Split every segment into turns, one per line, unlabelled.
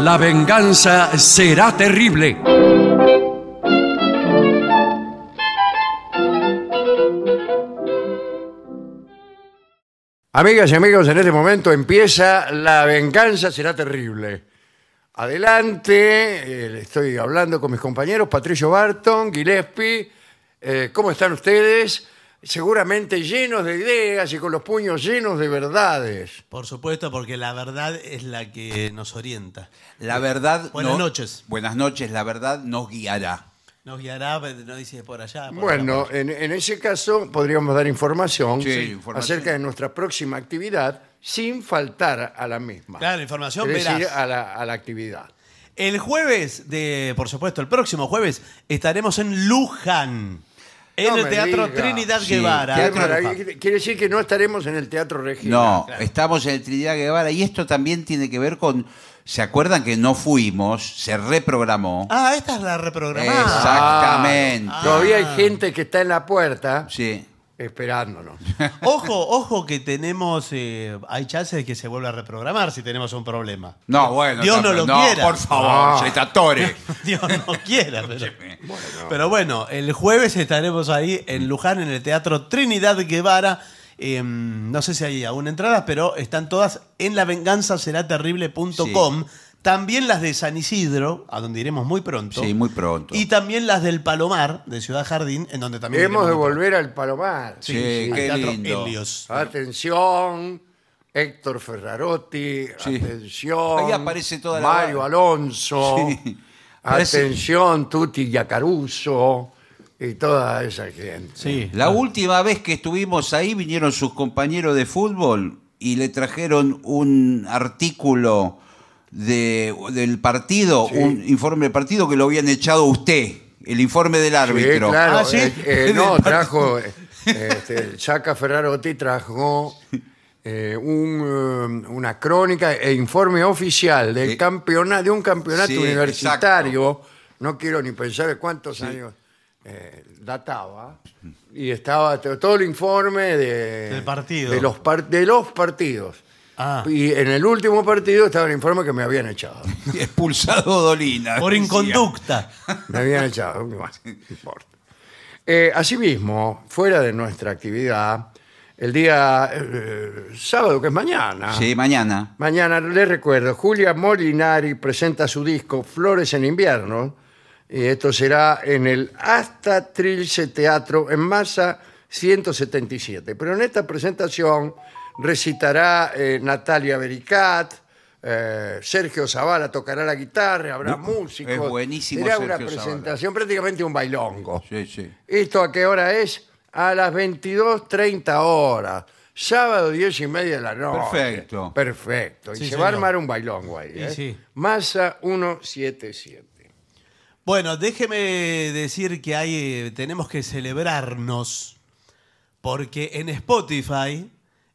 La venganza será terrible.
Amigas y amigos, en este momento empieza La venganza será terrible. Adelante, eh, estoy hablando con mis compañeros Patricio Barton, Gillespie. Eh, ¿Cómo están ustedes? Seguramente llenos de ideas y con los puños llenos de verdades.
Por supuesto, porque la verdad es la que nos orienta.
La verdad.
Buenas
no-
noches.
Buenas noches, la verdad nos guiará.
Nos guiará, nos dice por allá. por acá,
Bueno, eh,
por allá.
en, en ese caso podríamos dar información,
Sí, información.
acerca de nuestra próxima actividad sin faltar a la misma.
Claro, información
es decir,
verás.
a la, a la actividad.
El jueves de, por supuesto, el próximo jueves estaremos en Luján. En
No
el
me
Teatro
diga.
Trinidad
Sí,
Guevara.
Qué
Teatro-
maravilla. Quiere decir que no estaremos en el Teatro Regina.
No, estamos en el Trinidad Guevara y esto también tiene que ver con. ¿Se acuerdan que no fuimos? Se reprogramó.
Ah, esta es la reprogramada.
Exactamente.
Ah, Todavía hay gente que está en la puerta
Sí.
esperándonos.
Ojo, ojo que tenemos, eh, hay chances de que se vuelva a reprogramar si tenemos un problema.
No, bueno.
Dios no
no,
lo
no,
quiera.
por favor,
Ah.
se tatore.
Dios no quiera, pero... Pero bueno, el jueves estaremos ahí en Luján, en el Teatro Trinidad Guevara. Eh, no sé si hay aún entradas, pero están todas en lavenganzaseraterrible.com. También las de San Isidro, a donde iremos muy pronto.
Sí, muy pronto.
Y también las del Palomar, de Ciudad Jardín, en donde también...
Hemos de
iremos muy
volver al Palomar.
Sí, sí,
pronto.
qué
Teatro
lindo.
Helios.
Atención, Héctor Ferrarotti,
Sí.
atención.
Ahí aparece toda la
Mario
barra.
Alonso,
Sí. Aparece-
atención, Tuti Yacaruso y toda esa gente.
Sí.
La última vez que estuvimos ahí vinieron sus compañeros de fútbol y le trajeron un artículo de- del partido, un informe del partido que lo habían echado a usted, el informe del
Sí,
árbitro.
claro.
Ah, ¿sí?
eh, eh, no, trajo. eh, este, Chaca Ferrarotti trajo eh, un, eh, una crónica e informe oficial del
Sí.
campeona- de un campeonato
Eh, Sí,
universitario. No quiero ni pensar de cuántos años eh, databa. Y estaba to- todo el informe de,
Del partido.
De los, par- de los partidos.
Ah.
Y en el último partido estaba el informe que me habían echado.
Expulsado Dolina.
Por
decía.
inconducta.
Me habían echado. Bueno, no importa. Eh, asimismo, fuera de nuestra actividad, el día eh, sábado, que es mañana.
Sí, mañana.
Mañana, les recuerdo, Julia Molinari presenta su disco Flores en Invierno. Y esto será en el Hasta Trilce Teatro en Masa 177. Pero en esta presentación recitará eh, Natalia Bericat, eh, Sergio Zavala tocará la guitarra, habrá
Bu-
músicos.
es buenísimo
Será
Sergio
una
Zavala.
presentación, prácticamente un bailongo.
Sí, sí.
¿Esto a qué hora es? A las 22.30 horas. Sábado 10 y media de la noche.
Perfecto.
Perfecto. Y
Sí,
se
señor.
va a armar un bailongo ahí.
Sí,
¿eh?
sí.
Masa 177.
Bueno, déjeme decir que hay, eh, tenemos que celebrarnos, porque en Spotify,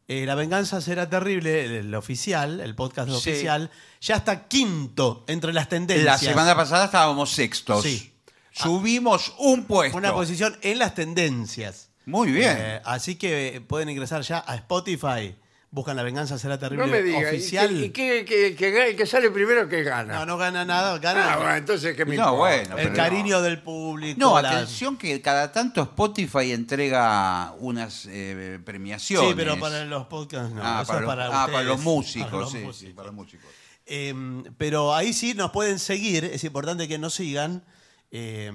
eh, La Venganza Será Terrible, el, el oficial, el podcast
Sí.
oficial, ya está quinto entre las tendencias.
La semana pasada estábamos sextos.
Sí.
Subimos un puesto.
Una posición en las tendencias.
Muy bien.
Eh, así que eh, pueden ingresar ya a Spotify, buscan La Venganza Será Terrible
No me digas.
oficial.
¿Y qué- y qué- que, que ga- que sale primero que gana?
No, no gana nada, gana
Ah, bueno, entonces que me
No,
importa?
bueno,
el
pero
cariño del público.
No,
la-
atención que cada tanto Spotify entrega unas eh, premiaciones.
Sí, pero para los podcasts no.
Ah,
eso
para
es
los,
para
ah, para
ustedes,
los músicos,
para los
sí, sí,
músicos.
para los músicos.
Eh, pero ahí sí nos pueden seguir, es importante que nos sigan. eh,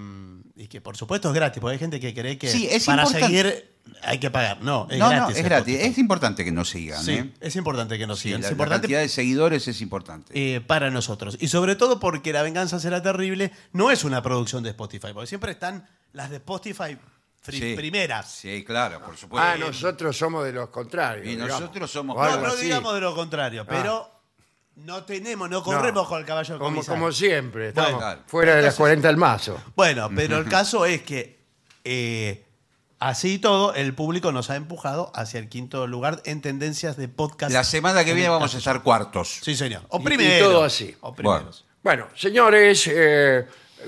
y que por supuesto es gratis, porque hay gente que cree que
Sí, es
para
importante.
seguir hay que pagar. No, es
no,
gratis.
no, es
el
gratis.
podcast.
Es importante que nos sigan.
Sí,
¿eh?
es importante que nos
Sí,
sigan.
la,
es
la
importante
cantidad de seguidores es importante.
eh, para nosotros. Y sobre todo porque La Venganza Será Terrible no es una producción de Spotify, porque siempre están las de Spotify fri-
Sí.
primeras.
Sí, claro, por supuesto.
Ah, nosotros somos de los contrarios.
Y
digamos.
nosotros somos-
O
No,
algo
no
así.
digamos de lo contrario, pero no tenemos, no
Ah. No.
corremos con el caballo de
como,
Comisar.
como siempre, estamos
claro.
fuera de las 40 al mazo.
Bueno, pero el caso es que eh, así y todo, el público nos ha empujado hacia el quinto lugar en tendencias de podcast.
La semana que viene vamos a estar cuartos.
Sí, señor. O
y
primero.
todo así.
O primeros.
Bueno, señores, eh,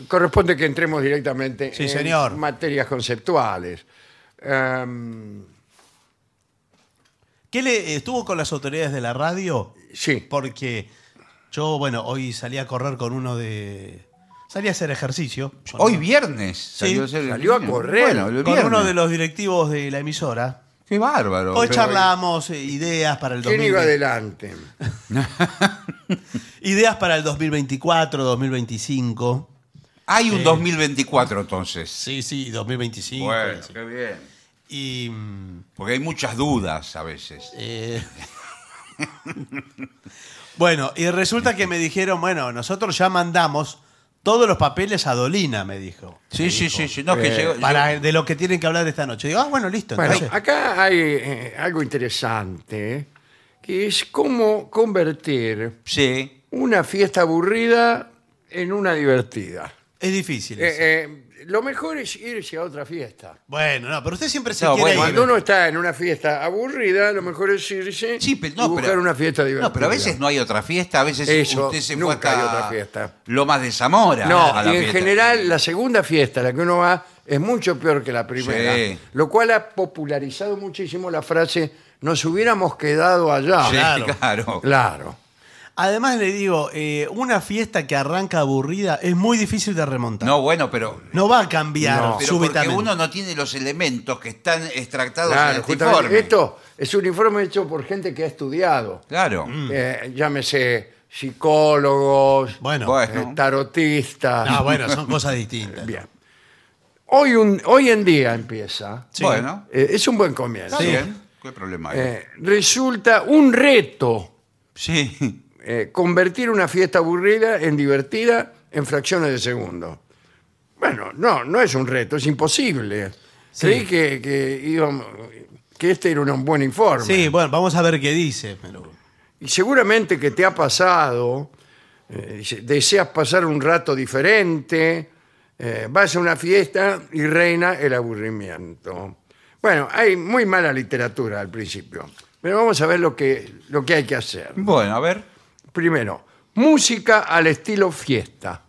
corresponde que entremos directamente
Sí,
en
señor.
materias conceptuales. Em,
¿Qué le estuvo con las autoridades de la radio?
sí,
Porque Yo, bueno, hoy salí a correr con uno de. Salí a hacer ejercicio. Con-
Hoy viernes salió, hacer el
Salió a
niño.
correr.
Bueno, el
Con
viernes.
uno de los directivos de la emisora.
Qué bárbaro.
Hoy
Pero-
charlamos eh, ideas para el
¿Quién iba
2020.
adelante?
Ideas para el 2024, 2025.
Hay un 2024 entonces.
Sí, sí, 2025.
Bueno,
sí.
qué bien.
Y mm,
Porque hay muchas dudas a veces.
eh, bueno, y resulta que me dijeron, bueno, nosotros ya mandamos todos los papeles a Dolina, me dijo.
Sí, sí, sí, sí. No, es que
Eh,
llegó- llegó-
Para de lo que tienen que hablar esta noche. Digo, ah, bueno, listo.
Bueno,
entonces.
acá hay eh, algo interesante, ¿eh? que es cómo convertir
Sí.
una fiesta aburrida en una divertida.
es difícil.
Eh,
eso.
eh, lo mejor es irse a otra fiesta.
bueno, no, pero usted siempre se
No,
quiere
bueno,
ir.
Cuando uno está en una fiesta aburrida, lo mejor es irse
Sí, pero
y
no,
buscar
pero-
una fiesta divertida.
No, pero a veces no hay otra fiesta, a veces
Eso,
usted se
nunca
fue hasta
hay otra fiesta.
Lomas de Zamora.
No,
a la
y en
fiesta.
general la segunda fiesta a la que uno va es mucho peor que la primera,
Sí.
lo cual ha popularizado muchísimo la frase nos hubiéramos quedado allá.
Sí,
Ah, Claro.
claro.
Claro.
Además le digo, eh, una fiesta que arranca aburrida es muy difícil de remontar.
No, bueno, pero,
No va a cambiar
No.
pero porque
súbitamente.
uno no tiene los elementos que están extractados
Claro,
en este
justamente.
informe.
Esto es un informe hecho por gente que ha estudiado.
Claro.
Mm,
Eh, llámese psicólogos,
Bueno,
eh,
Bueno. Ah,
tarotistas.
no, bueno, son cosas distintas.
Bien. Hoy, un- hoy en día empieza.
Sí.
Bueno,
Eh, es un buen comienzo.
está bien. ¿Qué problema hay?
Eh, resulta un reto
sí.
eh, convertir una fiesta aburrida en divertida en fracciones de segundo. Bueno, no, no es un reto, es imposible.
Sí.
Creí que, que, íbamos- que este era un buen informe.
Sí, bueno, vamos a ver qué dice. pero-
Y seguramente que te ha pasado, eh, dice, deseas pasar un rato diferente, eh, vas a una fiesta y reina el aburrimiento. Bueno, hay muy mala literatura al principio, pero vamos a ver lo que, lo que hay que hacer.
Bueno, a ver.
Primero, música al estilo fiesta.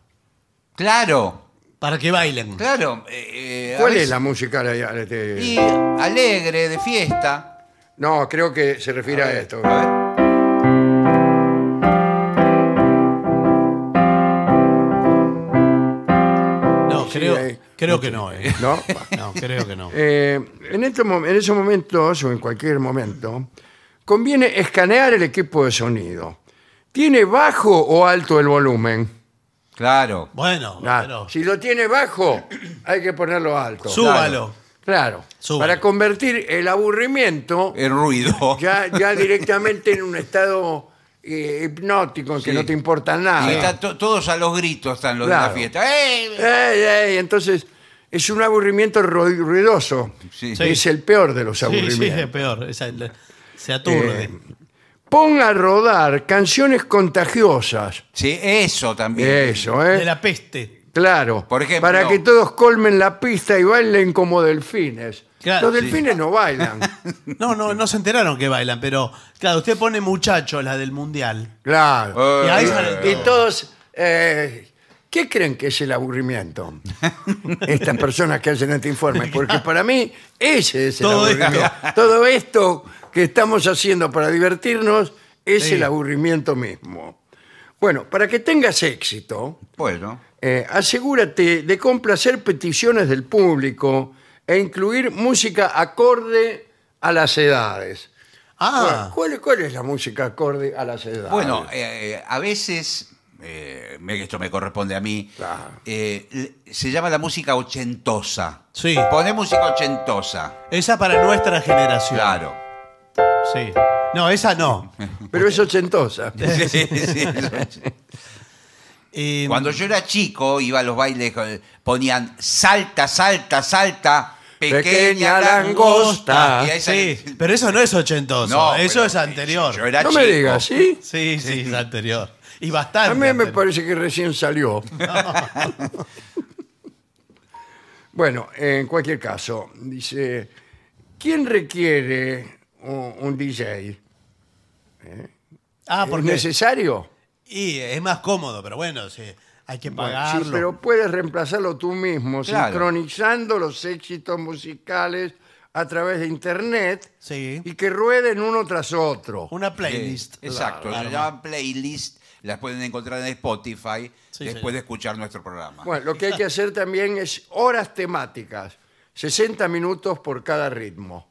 Claro,
Para que bailen.
claro. eh, eh, a
¿Cuál
veces-
es la música al al este-
Y alegre, de fiesta.
No, creo que se refiere a, esto.
A ver.
No,
Sí,
creo,
hay
creo que no. eh.
¿No?
No, creo que no.
Eh, en, estos mom- en esos momentos o en cualquier momento, conviene escanear el equipo de sonido. ¿Tiene bajo o alto el volumen?
Claro.
Bueno,
Ah,
pero-
Si lo tiene bajo, hay que ponerlo alto.
súbalo.
Claro.
Súbalo.
Para convertir el aburrimiento
El ruido.
ya, ya directamente en un estado eh, hipnótico en que
Sí.
no te importa nada.
Y está to- todos a los gritos están los de
Ah, Claro.
la fiesta. ¡Eh!
Ey, ey, entonces, es un aburrimiento ru- ruidoso.
Sí.
Sí.
Es el peor de los
Sí,
aburrimientos.
sí, es peor. esa- la- se aturde.
Eh, Pon a rodar canciones contagiosas.
Sí, eso también.
Eso, ¿eh?
de la peste.
Claro.
Por ejemplo.
Para que todos colmen la pista y bailen como delfines.
Claro,
Los
sí.
delfines no bailan.
No, no, no se enteraron que bailan, pero claro, usted pone muchacho, la del mundial.
Claro.
Eh,
Y ahí salen
Y todos. eh, ¿Qué creen que es el aburrimiento? Estas personas que hacen este informe. Porque para mí, ese es el
Todo esto.
aburrimiento. Todo esto que estamos haciendo para divertirnos es
Sí.
el aburrimiento mismo. Bueno, para que tengas éxito,
Bueno.
Eh, asegúrate de complacer peticiones del público e incluir música acorde a las edades.
Ah,
¿Cuál, cuál es la música acorde a las edades?
Bueno, eh, eh, a veces, eh, me- esto me corresponde a mí,
Claro.
eh, le- se llama la música ochentosa.
Sí.
Pone música ochentosa.
esa para nuestra generación.
Claro.
Sí. No, esa no.
pero es ochentosa.
Sí, sí, sí.
Eh,
Cuando yo era chico, iba a los bailes, eh, ponían salta, salta, salta, pequeña,
Pequeña langosta.
langosta. Y ahí
sí,
sale-
pero eso no es ochentoso. eso
pero
es anterior.
Yo era
No me
chico.
digas, ¿sí?
Sí, sí, es anterior. Y
A
bastante.
mí me
anterior.
parece que recién salió. bueno, en cualquier caso, dice, ¿quién requiere un, un DJ?
Ah,
¿Es
porque
necesario?
y es más cómodo, pero bueno, sí, hay que
Bueno,
pagarlo.
sí, pero puedes reemplazarlo tú mismo,
Claro.
sincronizando los éxitos musicales a través de internet
Sí.
y que rueden uno tras otro.
Una playlist.
Sí, exacto,
Claro.
se llaman playlist, las pueden encontrar en Spotify
Sí,
después
señor.
de escuchar nuestro programa.
Bueno, lo que hay que hacer también es horas temáticas, 60 minutos por cada ritmo.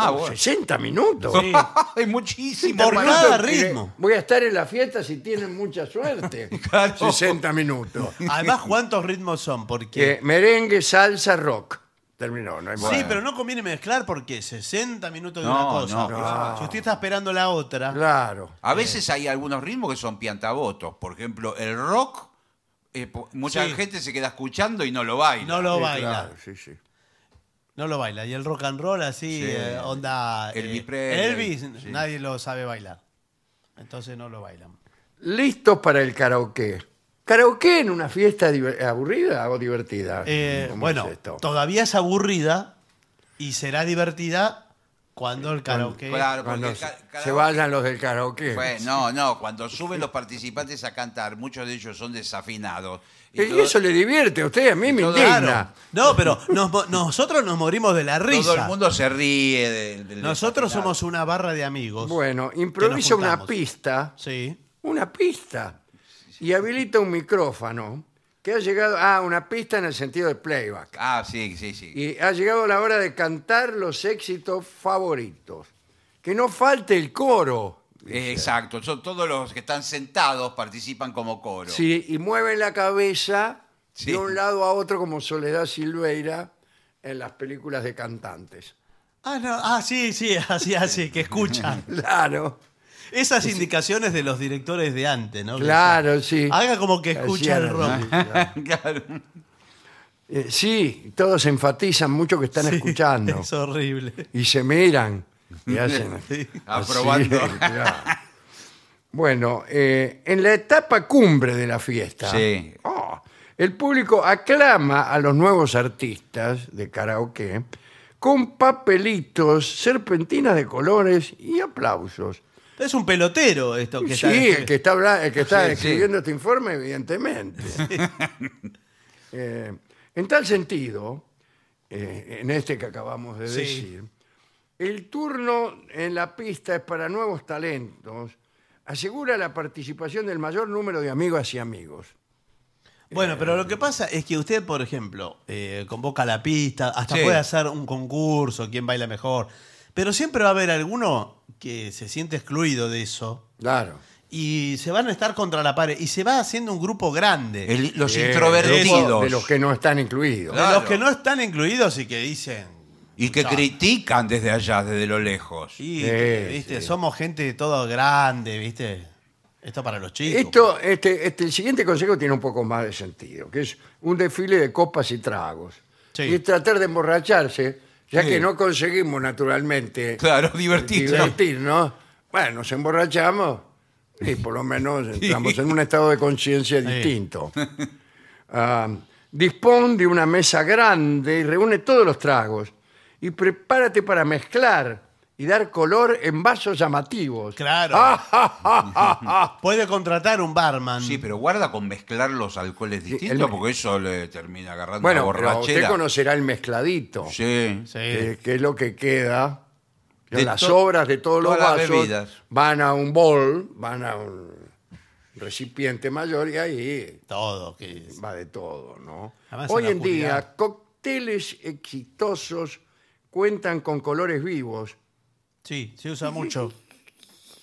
ah,
Bueno,
bueno.
60 minutos.
Sí.
Hay muchísimo.
Por
bueno.
cada
Mire,
ritmo.
Voy a estar en la fiesta si tienen mucha suerte.
Claro.
60 minutos.
Además, ¿cuántos ritmos son? Porque.
Que merengue, salsa, rock. Terminó, no hay
Eh, Bueno.
Sí, pero no conviene mezclar porque 60 minutos de
No,
una cosa.
no.
Si usted está esperando la otra.
Claro.
A veces hay algunos ritmos que son piantabotos. Por ejemplo, el rock, eh, po- mucha
Sí.
gente se queda escuchando y no lo baila.
No lo
Sí,
baila.
claro, sí, sí.
No lo baila. Y el rock and roll así,
Sí.
eh, onda. eh,
Elvis Presley,
Elvis,
sí.
nadie lo sabe bailar. Entonces no lo bailan.
Listos para el karaoke. ¿Karaoke en una fiesta diver- aburrida o divertida?
Eh,
¿Cómo
bueno,
es esto?
todavía es aburrida y será divertida cuando el karaoke.
Claro, porque
Cuando
el
se,
ca- cada-
se vayan los del karaoke.
Fue- no, no, cuando suben los participantes a cantar, muchos de ellos son desafinados.
Eh, Y
todo-
eso le divierte a usted, a mí me
todo-
indigna.
Claro.
No, pero nos mo- nosotros nos morimos de la risa.
Todo el mundo se ríe. de- del
Nosotros
desafinado.
somos una barra de amigos.
Bueno, improvisa una
juntamos.
pista,
Sí.
una pista, y habilita un micrófono que ha llegado a una pista en el sentido de playback.
Ah, sí, sí, sí.
Y ha llegado la hora de cantar los éxitos favoritos. Que no falte el coro.
Eh, exacto, son todos los que están sentados participan como coro.
Sí, y mueven la cabeza
Sí.
de un lado a otro como Soledad Silveira en las películas de cantantes.
Ah, no. ah, sí, sí, así, así, que escuchan.
Claro,
Esas indicaciones de los directores de antes, ¿no?
claro, sí.
Haga como que escucha el
Hacían,
rock.
¿no?
claro.
Eh, sí, todos enfatizan mucho que están escuchando
Es horrible.
y se miran y hacen así,
Aprobando.
claro. Bueno, eh, en la etapa cumbre de la fiesta,
Sí.
oh, el público aclama a los nuevos artistas de karaoke con papelitos, serpentinas de colores y aplausos.
Es un pelotero esto que
Sí,
está-
el que está, habla- el que está
Sí, sí.
escribiendo este informe, evidentemente. Eh, en tal sentido, eh, en este que acabamos de
Sí.
decir, el turno en la pista es para nuevos talentos, asegura la participación del mayor número de amigos y amigos.
Bueno, pero
Eh,
lo que pasa es que usted, por ejemplo, eh, convoca la pista, hasta
Sí.
puede hacer un concurso, quién baila mejor. Pero siempre va a haber alguno que se siente excluido de eso
Claro.
y se van a estar contra la pared y se va haciendo un grupo grande.
El- los
Eh,
introvertidos.
De los que no están incluidos.
De los
claro.
que no están incluidos y que dicen.
Y que critican desde allá, desde lo lejos.
"Sí,
Sí,
¿viste?
sí.
Somos gente todo grande, ¿viste? Esto para los chicos.
Esto, este, este, el siguiente consejo tiene un poco más de sentido, que es un desfile de copas y tragos.
Sí.
Y tratar de emborracharse, ya
Sí.
que no conseguimos naturalmente
Claro, divertido.
divertirnos. Bueno, nos emborrachamos y por lo menos entramos en un estado de conciencia distinto. Ah, dispón de una mesa grande y reúne todos los tragos. Y prepárate para mezclar y dar color en vasos llamativos.
Claro. Puede contratar un barman.
Ah. Sí, pero guarda con mezclar los alcoholes distintos
el-
porque eso le termina agarrando una
Bueno, pero usted
borrachera.
conocerá el mezcladito,
Sí.
Sí.
que,
Eh.
que es lo que queda.
De
las
to-
sobras de todos los
todas las
vasos
bebidas.
van a un bol, van a un recipiente mayor y ahí
Todo. que-
va de todo, ¿no?
Además, en
Hoy
la
en día,
oscuridad.
cócteles exitosos cuentan con colores vivos.
Sí, se usa mucho.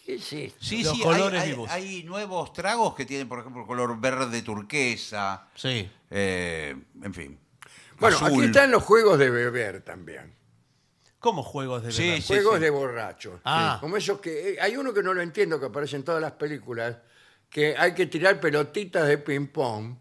¿Qué es esto?
Sí,
Los
sí,
colores
hay, hay-
vivos.
hay nuevos tragos que tienen, por ejemplo, color verde turquesa,
Sí.
eh, en fin.
Bueno,
azul.
aquí están los juegos de beber también.
¿Cómo juegos de
Sí,
verdad?
sí.
Juegos de borrachos.
Ah.
Como esos que. eh, Hay uno que no lo entiendo, que aparece en todas las películas, que hay que tirar pelotitas de ping-pong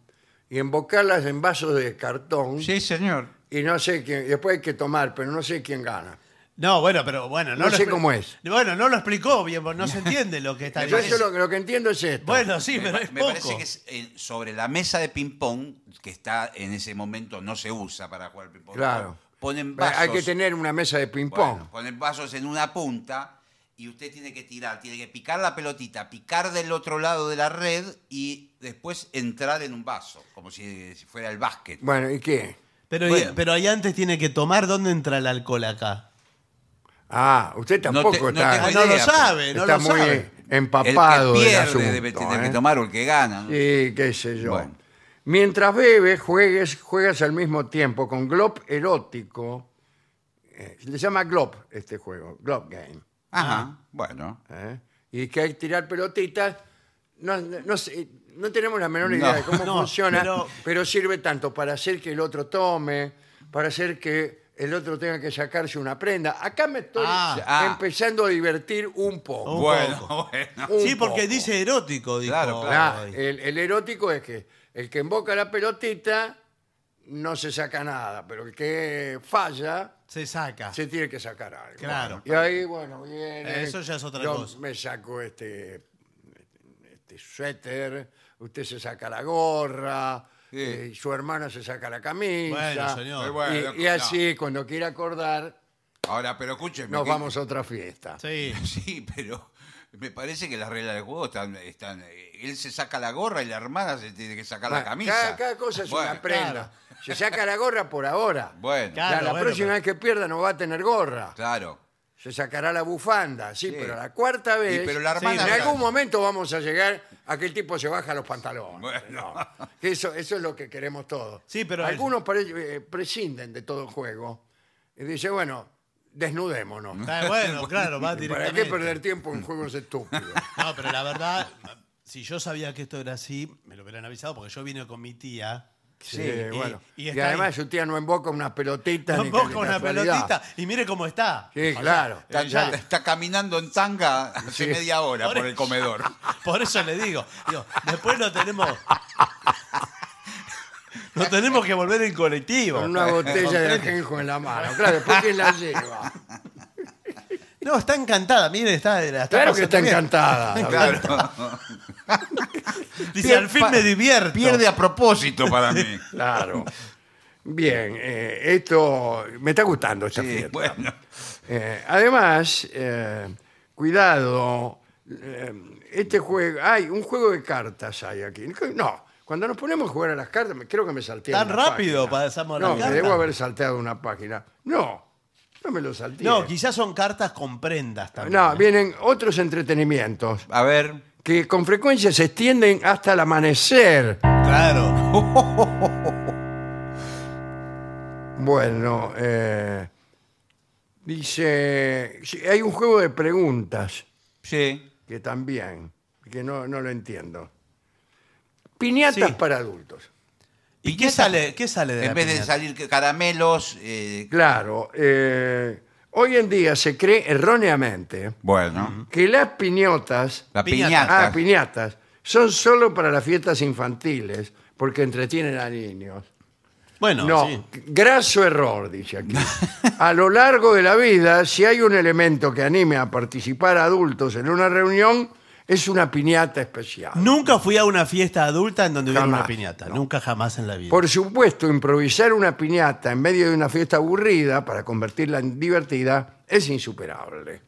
y embocarlas en vasos de cartón.
Sí, señor.
Y no sé quién. Después hay que tomar, pero no sé quién gana.
No, bueno, pero bueno. lo
No sé
expli-
cómo es.
Bueno, no lo explicó bien, porque no se entiende lo que está
Yo eso
diciendo.
lo, lo que entiendo es esto.
Bueno, sí, pero
me, pa-
es
me
poco.
parece que es, eh, sobre la mesa de ping-pong, que está en ese momento, no se usa para jugar ping-pong.
Claro.
Ponen vasos.
Eh, hay que tener una mesa de ping-pong.
Bueno, ponen vasos en una punta y usted tiene que tirar, tiene que picar la pelotita, picar del otro lado de la red y después entrar en un vaso, como si, si fuera el básquet.
Bueno, ¿y qué?
Pero,
Bueno.
y- pero ahí antes tiene que tomar dónde entra el alcohol acá. Ah,
Ah, usted
No te-
tampoco
Ah, no
está. eh,
tengo
No lo
idea,
sabe, no
está
lo
muy
sabe.
El
empapado
que
del
pierde
asunto,
debe tener
¿eh?
que tomar o el que gana. ¿no?
Sí, Eh, qué sé yo.
Bueno.
Mientras bebes, juegues, juegas al mismo tiempo con Glop erótico. Eh, se le llama Glop este juego, Glop Game.
Ajá, bueno.
¿eh? Y que hay que tirar pelotitas. No, no sé, no tenemos la menor idea
No,
de cómo
no,
funciona, pero...
pero-
sirve tanto para hacer que el otro tome, para hacer que el otro tenga que sacarse una prenda. Acá me estoy
Ah,
ah.
empezando a divertir un poco.
Un
bueno,
poco.
bueno.
un
Oh. Sí, porque
poco.
dice erótico, dijo.
Claro,
Ah,
claro.
el, el erótico es que el que emboca la pelotita no se saca nada, pero el que falla
Se saca.
se tiene que sacar algo.
Claro.
Y ahí, bueno, viene.
Eso ya es otra
yo
cosa.
Me saco este, este suéter, usted se saca la gorra,
Sí.
eh, su hermana se saca la camisa.
Bueno, señor.
Muy bueno,
y, y
no.
así, cuando quiera acordar,
Ahora, pero escúcheme.
nos
que-
vamos a otra fiesta.
Sí.
Sí, pero me parece que las reglas del juego están, están- eh, Él se saca la gorra y la hermana se tiene que sacar la
Bueno,
camisa.
Cada, cada cosa es
Bueno,
una prenda. Se saca la gorra por ahora.
Bueno,
Cada-
Ya,
Claro, Eh,
la
bueno,
próxima
pero-
vez que pierda no va a tener gorra.
claro.
Se sacará la bufanda, sí,
Sí.
pero la cuarta vez.
pero la
hermana-
en algún momento vamos a llegar a que el tipo se baja los pantalones.
Bueno.
No, que eso, eso es lo que queremos todos.
Sí, pero-
Algunos pare- eh, prescinden de todo juego y dicen, bueno, desnudémonos.
Está bueno, claro, va
¿Para
Ah, directamente.
qué perder tiempo en juegos estúpidos?
No, pero la verdad, si yo sabía que esto era así, me lo hubieran avisado porque yo vine con mi tía.
Sí,
y-
bueno.
Y,
Y,
está
además
ahí.
su tía no emboca unas pelotitas. ni
Tampoco
con
una
casualidad.
pelotita. Y mire cómo está.
Sí, claro.
Está,
Eh, ya.
está- está caminando en tanga hace
Sí.
media hora
Ahora-
por el comedor.
Por eso le digo. digo, después lo tenemos. Lo tenemos que volver en colectivo.
Con una botella de ajenjo en la mano. Claro, ¿por qué la lleva?
No, está encantada. Mire, está. la está
Claro
pasando
que está
bien.
encantada. la
Claro.
Dice, al fin me divierto.
Pierde a propósito para mí.
Claro. Bien, eh, esto me está gustando esta
Sí,
fiesta.
bueno.
Eh, además, eh, cuidado, eh, este juego, hay un juego de cartas hay aquí. No, cuando nos ponemos a jugar a las cartas, me- creo que me salté.
Tan
una
rápido
página.
pasamos a las
No, me
cartas.
debo haber salteado una página. No, no me lo salté.
No, quizás son cartas con prendas también.
No,
¿eh?
vienen otros entretenimientos
A ver.
que con frecuencia se extienden hasta el amanecer.
Claro.
Bueno, eh, dice, sí, hay un juego de preguntas
Sí.
que también, que no, no lo entiendo. Piñatas
Sí.
para adultos.
¿Y qué sale, qué sale de la
En vez de
piñata?
salir que- caramelos. eh,
Claro, eh, hoy en día se cree erróneamente
bueno.
que las piñotas,
La
Piñata.
piñata.
ah, piñatas, son solo para las fiestas infantiles porque entretienen a niños.
Bueno,
No,
sí.
graso error, dice aquí. A lo largo de la vida, si hay un elemento que anime a participar a adultos en una reunión, es una piñata especial.
Nunca fui a una fiesta adulta en donde hubiera
Jamás,
una piñata. Nunca jamás en la vida.
Por supuesto, improvisar una piñata en medio de una fiesta aburrida para convertirla en divertida es insuperable.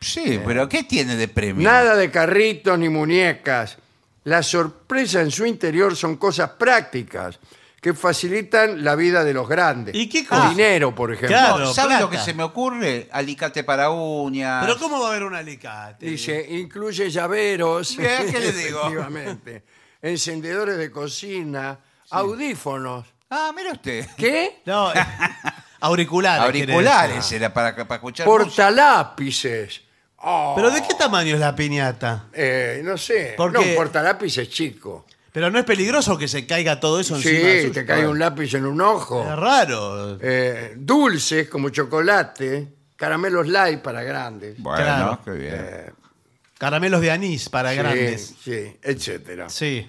Sí, pero ¿qué tiene de premio?
Eh. Nada de carritos ni muñecas. La sorpresa en su interior son cosas prácticas que facilitan la vida de los grandes.
¿Y qué
O
cosa?
dinero, por ejemplo.
No,
Claro,
¿Sabe
plata.
lo que se me ocurre? Alicate para uñas.
Pero ¿cómo va a haber un alicate?
Dice, incluye llaveros.
Mirá, ¿qué le digo?
Efectivamente. Encendedores de cocina, audífonos.
Ah, mira usted.
¿Qué?
No, eh, auriculares. quiere
Auriculares
decir.
era para, para escuchar música.
Portalápices. Oh,
¿Pero de qué tamaño es la piñata?
eh, no sé.
¿Por
no,
qué?
portalápices chico.
Pero no es peligroso que se caiga todo eso encima. de
Sí,
suyo?
te cae un lápiz en un ojo.
Es raro.
Eh, dulces como chocolate, caramelos light para grandes.
Bueno,
Claro.
qué bien.
Caramelos de anís para
Sí,
grandes.
sí, etcétera.
Sí.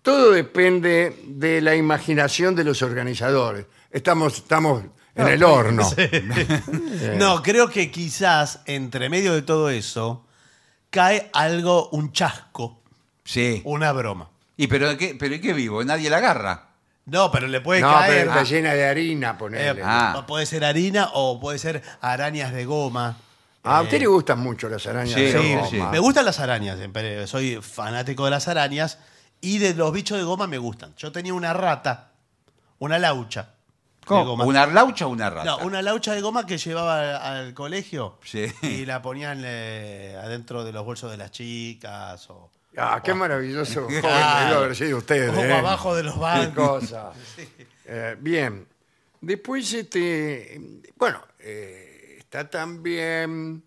Todo depende de la imaginación de los organizadores. Estamos, estamos en el horno. Eh.
No, creo que quizás entre medio de todo eso cae algo, un chasco,
Sí.
una broma.
¿Y pero de qué, pero de qué vivo? Nadie la agarra.
No, pero le puede
No,
caer. ah.
pero está llena de harina, ponele.
Eh,
ah,
Ah.
Puede ser harina o puede ser arañas de goma. eh.
a usted le gustan mucho las arañas
Sí,
de
sí,
goma.
sí.
Me gustan las arañas, siempre soy fanático de las arañas y de los bichos de goma me gustan. Yo tenía una rata, una laucha, de goma.
¿Una laucha o una rata?
No, una laucha de goma que llevaba al, al colegio
Sí.
y la ponían eh, adentro de los bolsos de las chicas o,
Ah, qué maravilloso joven
Claro.
debió haber sido usted.
o
¿eh?
abajo de los
Qué
bancos.
cosa. Eh, bien. Después, este, bueno, eh, está también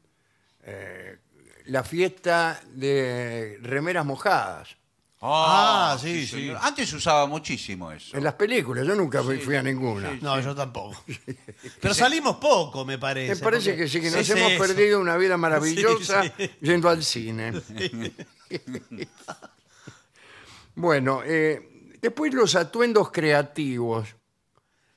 eh, la fiesta de remeras mojadas.
Ah,
Ah, sí, sí.
señor. Antes usaba muchísimo eso.
En las películas, yo nunca fui, fui a ninguna.
No, yo tampoco. Pero salimos poco, me parece.
Me parece
porque
que sí, que nos
es
hemos
eso.
perdido una vida maravillosa
Sí, sí.
yendo al cine. bueno, eh, después los atuendos creativos.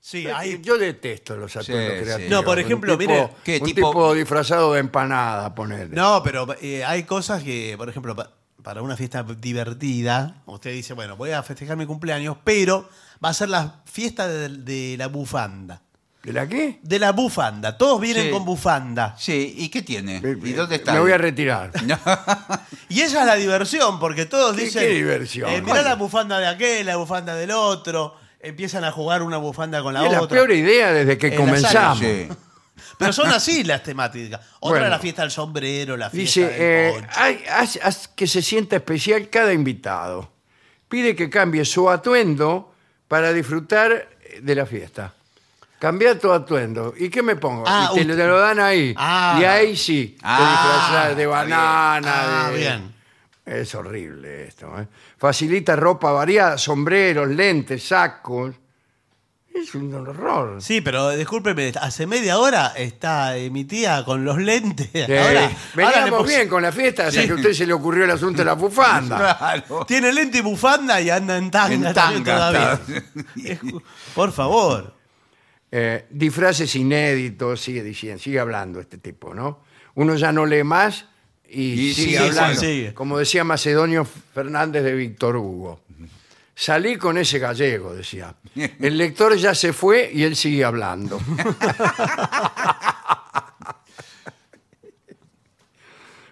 Sí, hay-
Yo detesto los atuendos
Sí, sí.
creativos.
No, por
Un
ejemplo,
tipo-
mire,
¿qué
un
tipo?
tipo disfrazado de empanada, ponerle.
No, pero eh, hay cosas que, por ejemplo, pa- para una fiesta divertida, usted dice, bueno, voy a festejar mi cumpleaños, pero va a ser la fiesta de, de la bufanda.
¿De la qué?
De la bufanda. Todos vienen
Sí.
con bufanda.
Sí, ¿y qué tiene? ¿Y
Eh,
dónde
eh,
está?
Me voy a retirar.
Y esa es la diversión, porque todos
¿Qué-
dicen.
qué diversión?
eh, mirá
Bueno.
la bufanda de aquel, la bufanda del otro. Empiezan a jugar una bufanda con la
es
otra.
la peor idea desde que
En la
comenzamos.
Sí.
Pero son así las temáticas. Otra
Bueno.
la fiesta del sombrero, la fiesta
Dice,
del
eh,
poncho.
hay- haz, haz que se sienta especial cada invitado. Pide que cambie su atuendo para disfrutar eh, de la fiesta. Cambia tu atuendo. ¿Y qué me pongo?
Ah,
y te,
ut-
lo- te lo dan ahí.
Ah.
y ahí sí. Te
Ah,
disfrazás de
bien.
banana.
Ah,
de-
bien.
Es horrible esto. ¿eh? Facilita ropa variada, sombreros, lentes, sacos. Es un horror.
Sí, pero discúlpeme, hace media hora está eh, mi tía con los lentes. Ahora,
Eh,
ahora
veníamos
le pus-
bien con la fiesta hasta
Sí.
que a usted se le ocurrió el asunto de la bufanda.
Claro.
Tiene lente y bufanda y anda en tanga,
En
también
tanga,
todavía.
está.
Es ju- Por favor.
Eh, disfraces inéditos, sigue diciendo, sigue hablando este tipo, ¿no? Uno ya no lee más y, sigue
Y sigue,
hablando.
sí, sigue.
Como decía Macedonio Fernández de Víctor Hugo. Salí con ese gallego, decía. El lector ya se fue y él sigue hablando.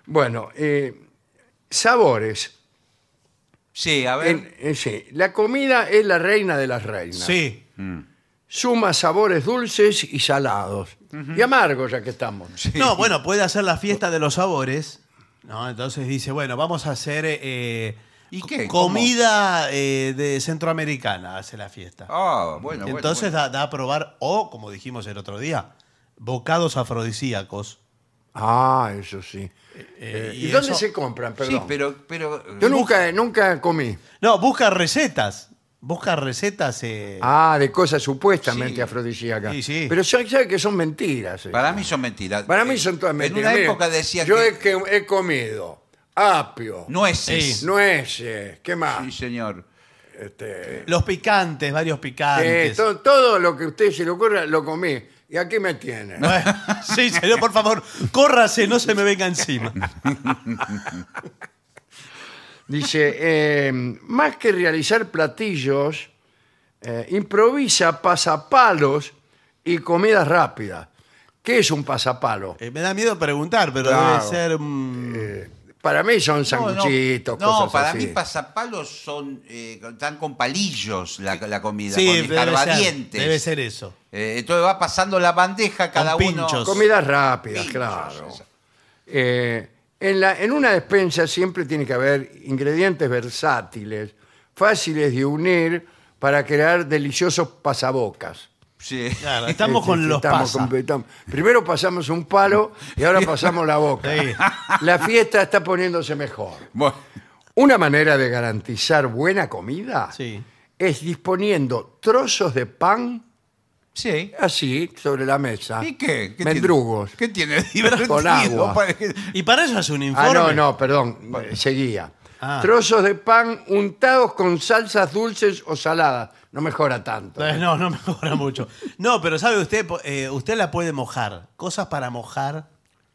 bueno, eh, sabores.
Sí, a ver.
En- en sí, la comida es la reina de las reinas
Sí.
suma sabores dulces y salados. Y amargos, ya que estamos.
No, bueno, puede hacer la fiesta de los sabores. ¿no? Entonces dice, bueno, vamos a hacer eh,
¿Y qué? ¿Cómo?
comida eh, de centroamericana, hace la fiesta.
Ah, bueno, bueno,
Entonces
bueno.
Da, da a probar, o como dijimos el otro día, bocados afrodisíacos.
Ah, eso sí.
Eh,
Eh, ¿Y, dónde
eso-
se compran? Perdón.
Sí, pero. pero eh,
Yo nunca, nunca comí.
No, busca recetas. Busca recetas. eh,
Ah, de cosas supuestamente
Sí.
afrodisíacas.
Sí, sí.
Pero ya sabe que son mentiras. eh.
Para mí son mentiras. Eh,
Para mí son todas mentiras.
En una
Mire,
época decía
yo
que
he que he comido apio,
nueces.
Sí.
nueces, ¿qué más?
Sí, señor.
Este,
los picantes, varios
eh,
picantes.
to- todo lo que a usted se le ocurra lo comí. Y aquí me tiene.
Bueno, sí, señor, por favor, córrase, no se me venga encima.
Dice, eh, más que realizar platillos, eh, improvisa pasapalos y comidas rápidas. ¿Qué es un pasapalo?
Eh, me da miedo preguntar, pero
Claro. Eh,
debe ser. mm,
Para mí son
No, no.
sanguchitos,
no,
cosas
para
así.
mí pasapalos son eh, están con palillos la, la comida,
sí,
con
debe ser,
escarbadientes.
debe ser eso.
Eh, entonces va pasando la bandeja cada uno.
pinchos.
Comidas rápidas,
Pinchos,
claro.
esa.
Eh, en, la- en una despensa siempre tiene que haber ingredientes versátiles, fáciles de unir para crear deliciosos pasabocas.
Sí.
Claro, estamos
Sí,
con
Este, sí,
los
estamos
pasas.
con- estamos- Primero pasamos un palo y ahora pasamos la boca.
Sí.
La fiesta está poniéndose mejor.
Bueno,
Una manera de garantizar buena comida
Sí.
es disponiendo trozos de pan
sí.
así sobre la mesa.
¿Y qué? ¿Qué
Mendrugos.
Tiene? ¿Qué tiene? Divertido.
agua.
Para que-
Y para eso hace un
Ah,
informe.
no, no, perdón, eh, seguía.
Ah.
Trozos de pan untados con salsas dulces o saladas. No mejora tanto.
Eh, No, no mejora mucho. No, pero sabe usted, po- eh, usted la puede mojar. Cosas para mojar.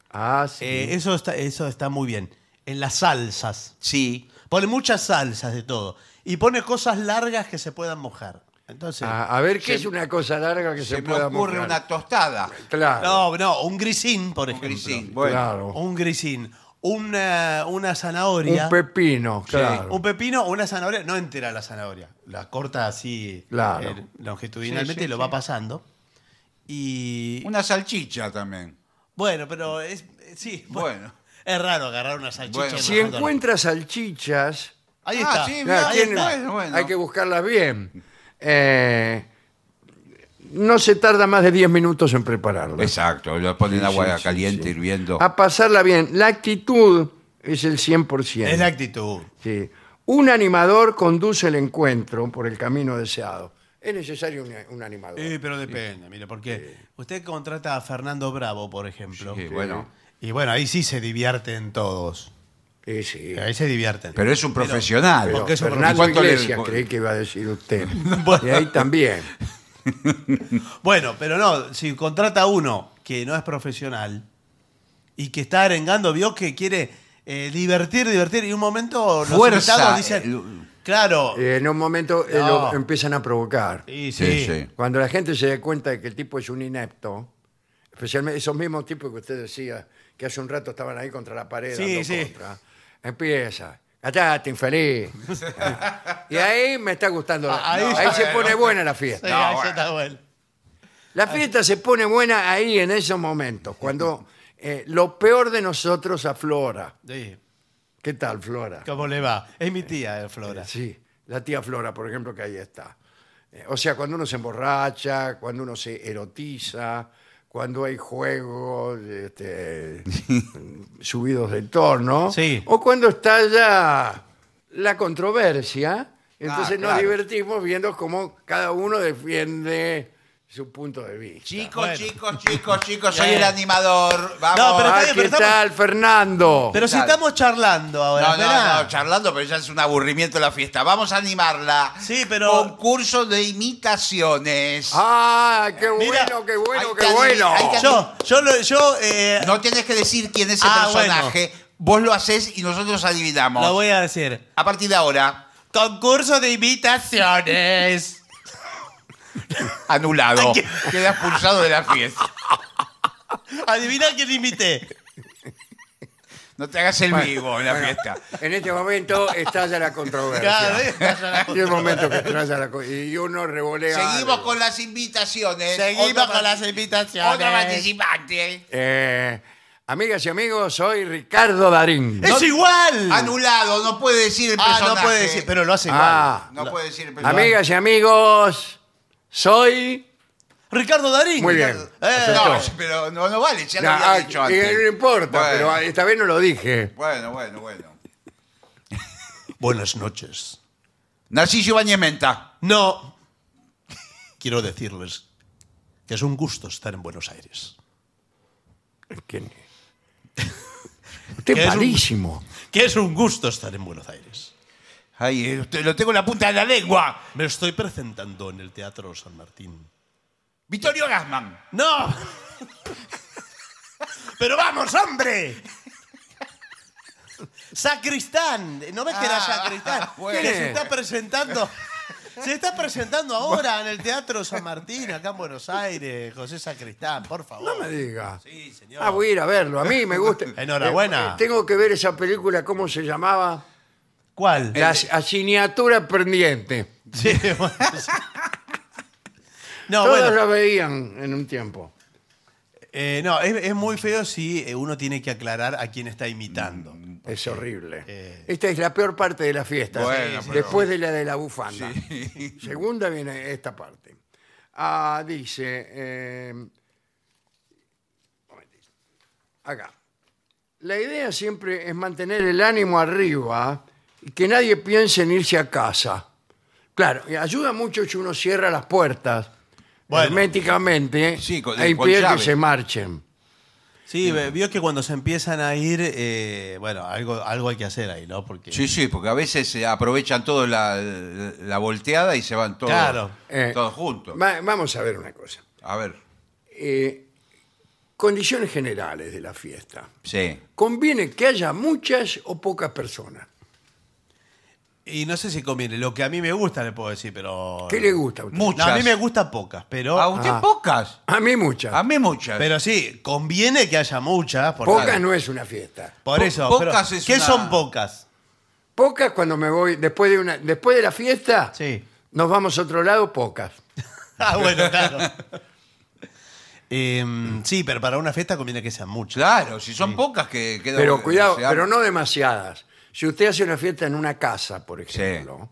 Ah, sí.
eh, eso, está, eso está muy bien. En las salsas.
Sí.
Pone muchas salsas de todo. Y pone cosas largas que se puedan mojar. Entonces.
Ah, a ver, ¿qué es una cosa larga que se,
Se, me
pueda
ocurre
mojar?
una tostada.
Claro.
No, no, un grisín, por
Un
ejemplo.
grisín. Bueno.
Claro.
Un grisín. una, una zanahoria.
Un pepino, claro.
Un pepino o una zanahoria, no entera la zanahoria, la corta así
Claro.
eh, longitudinalmente
Sí, sí,
y lo
sí.
va pasando. Y
Una salchicha también.
bueno, pero es eh, sí, bueno.
Bueno.
Es raro agarrar una salchicha.
Bueno.
y
Si
mandarla.
encuentra salchichas,
Ahí
Ah,
está.
sí,
Claro,
Ahí
tiene-
está. Bueno, bueno.
Hay que buscarlas bien. Eh, no se tarda más de 10 minutos en prepararla.
Exacto, lo ponen
Sí,
agua
sí,
caliente
sí. Ah,
hirviendo.
A pasarla bien. La actitud es el 100%.
Es la actitud.
Sí. Un animador conduce el encuentro por el camino deseado. Es necesario un, un animador.
Eh, pero depende, mire, porque usted contrata a Fernando Bravo, por ejemplo.
Sí, bueno.
Y bueno, ahí sí se divierten todos.
Sí, sí.
Ahí se divierten.
Pero es un profesional.
Pero- porque es un
Fernando
¿Cuánto le-
Iglesias creí que iba a decir usted.
Bueno.
Y ahí también.
Bueno, pero no, si contrata a uno que no es profesional y que está arengando, vio que quiere eh, divertir, divertir, y un momento los
Fuerza,
invitados dicen,
el-
claro,
Eh, en un momento eh,
No.
lo empiezan a provocar.
y sí,
Sí, sí.
Cuando la gente se da cuenta de que el tipo es un inepto, especialmente esos mismos tipos que usted decía, que hace un rato estaban ahí contra la pared,
Sí,
dando
sí.
contra, empieza. Callate, infeliz. y ahí me está gustando. la-
Ah, ahí
ahí
está
se
bueno.
pone buena la
Sí,
fiesta.
ahí
bueno.
está bueno.
La fiesta se pone buena ahí en esos momentos, cuando eh, lo peor de nosotros aflora.
Sí,
¿Qué tal, Flora?
¿Cómo le va? Es mi tía, eh, Flora.
Sí, la tía Flora, por ejemplo, que ahí está. Eh, O sea, cuando uno se emborracha, cuando uno se erotiza, cuando hay juegos, este, subidos del torno,
Sí.
o cuando estalla la controversia,
Ah,
entonces nos
claro.
divertimos viendo cómo cada uno defiende su punto de vista.
Chicos,
Bueno.
chicos, chicos, chicos, soy
Bien.
el animador. Vamos.
No, pero está
Ah,
bien,
¿qué
pero estamos-
tal, Fernando?
Pero si
Claro.
estamos charlando ahora,
No,
esperá.
no, no, charlando, pero ya es un aburrimiento la fiesta. Vamos a animarla.
Sí, pero-
Concurso de imitaciones.
Ah, qué
Mira,
bueno, qué bueno,
hay
qué
que
bueno.
adiv- hay que
yo, yo, lo- yo eh,
No tienes que decir quién es el
Ah,
personaje. Vos lo haces y nosotros adivinamos.
lo voy a decir.
A partir de ahora,
Concurso de invitaciones.
anulado.
Ay,
Queda expulsado de la fiesta.
Adivina quién invité.
No te hagas el vivo en la fiesta.
En este momento estalla la controversia.
Claro, ¿eh?
Y el momento que traza la co- y uno revolea.
Seguimos
algo.
con las invitaciones.
Seguimos
Otro
con las
parti-
invitaciones.
Otro participante.
Eh, amigas y amigos, soy Ricardo Darín.
¡Es igual!
Anulado, no puede decir el
ah,
personaje.
no puede decir, pero lo hace igual.
Ah,
No puede decir el personaje.
amigas y amigos, soy.
Ricardo Darín. Eh.
Muy bien.
Ricardo-
No,
Aceptó.
pero no, no vale, ya lo
Nah,
había
ah,
dicho
eh,
antes.
no importa,
Bueno,
pero esta vez no lo dije.
Bueno, bueno, bueno.
Buenas noches.
Narciso Ibañez Menta.
No. Quiero decirles que es un gusto estar en Buenos Aires.
¿Quién es? Usted
Que
es
es un-
malísimo.
Que es un gusto estar en Buenos Aires.
Ay, eh, te- lo tengo en la punta de la lengua.
Me estoy presentando en el Teatro San Martín.
Vittorio Gasman.
¡No! ¡Pero vamos, hombre! ¡Sacristán! ¿No ves que era
Ah,
Sacristán?
bueno.
Que se está presentando. Se está presentando ahora en el Teatro San Martín, acá en Buenos Aires, José Sacristán, por favor.
No me diga.
Sí, señor.
Ah, voy a ir a verlo. A mí me gusta.
Enhorabuena.
Eh, eh, tengo que ver esa película, ¿cómo se llamaba?
¿Cuál?
La asignatura pendiente.
Sí, bueno, sí. No,
Todos
bueno.
la veían en un tiempo.
eh, no, es, es muy feo si eh, uno tiene que aclarar a quién está imitando.
Es horrible.
eh.
Esta es la peor parte de la fiesta.
Bueno,
Sí,
pero-
después de la de la bufanda. Segunda viene esta parte. Ah, dice. eh, un momentito. acá. La idea siempre es mantener el ánimo arriba y que nadie piense en irse a casa. Claro, y ayuda mucho si uno cierra las puertas
Bueno.
herméticamente
Sí, con-
e
con
impide que
llave.
se marchen.
Sí, ve- vio que cuando se empiezan a ir, eh, bueno, algo, algo hay que hacer ahí, ¿no? Porque
Sí, sí, porque a veces se aprovechan toda la, la volteada y se van todos,
Claro.
Eh,
todos juntos.
va- vamos a ver una cosa.
A ver,
eh, condiciones generales de la fiesta.
sí.
Conviene que haya muchas o pocas personas.
Y no sé si conviene. Lo que a mí me gusta le puedo decir, pero.
¿Qué le gusta a usted?
Mucho.
No, a mí
Muchas.
me gusta pocas, pero.
A usted
Ah.
pocas.
A mí muchas.
A mí muchas.
Pero sí, conviene que haya muchas. Porque,
Pocas no es una fiesta.
Por
Po-
eso.
pocas
pero,
es
¿Qué
una-
son pocas?
Pocas cuando me voy, después de, una, después de la fiesta,
Sí.
nos vamos a otro lado, pocas.
Ah, bueno, claro. Em, sí, pero para una fiesta conviene que sean muchas.
Claro, si son pocas que quedan.
Pero cuidado,
se ab-
pero no demasiadas. Si usted hace una fiesta en una casa, por
Sí.
ejemplo,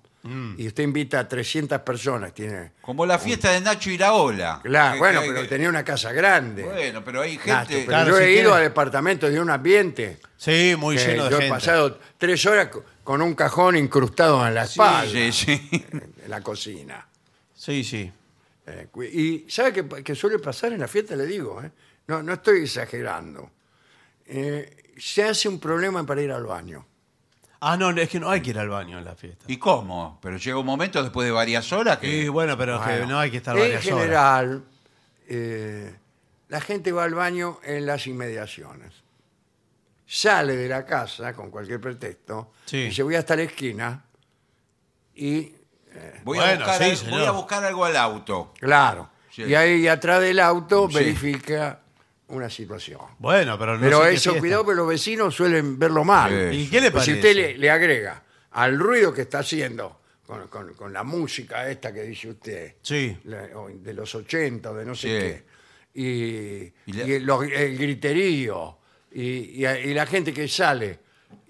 y usted invita a 300 personas, tiene...
Como la fiesta de Nacho Iraola.
Claro,
Que-
bueno,
que-
pero
que-
tenía una casa grande.
Bueno, pero hay
Nacho,
gente.
pero
Claro,
yo
si
he
tiene-
ido a departamentos de un ambiente
Sí, muy
que
lleno de
yo he
gente.
pasado tres horas co- con un cajón incrustado en la espalda,
Sí, sí.
en la cocina.
Sí, sí.
Eh, cu- y ¿sabe qué pa- qué suele pasar en la fiesta? Le digo, ¿eh? no, no estoy exagerando. Eh, se hace un problema para ir al baño.
Ah, no, es que no hay que ir al baño en la fiesta.
¿Y cómo? Pero llega un momento después de varias horas
Y
que.
bueno, pero es que
Bueno,
no hay que estar
en
varias horas.
general, eh, la gente va al baño en las inmediaciones. Sale de la casa con cualquier pretexto
Sí.
y se voy hasta la esquina y,
Voy,
Bueno,
a buscar,
sí,
al-
señor.
voy a buscar algo al auto.
claro,
Sí.
y ahí atrás del auto
Sí.
verifica una situación.
Bueno, pero no
Pero
sé qué
eso,
fiesta.
cuidado, porque los vecinos suelen verlo mal.
Sí.
¿Y qué le
Pues
parece?
si usted le, le agrega al ruido que está haciendo con, con- con la música esta que dice usted,
Sí.
la- o de los 80 o de no sé
Sí.
qué, y,
Y le-
y los- el griterío, y, y a- y la gente que sale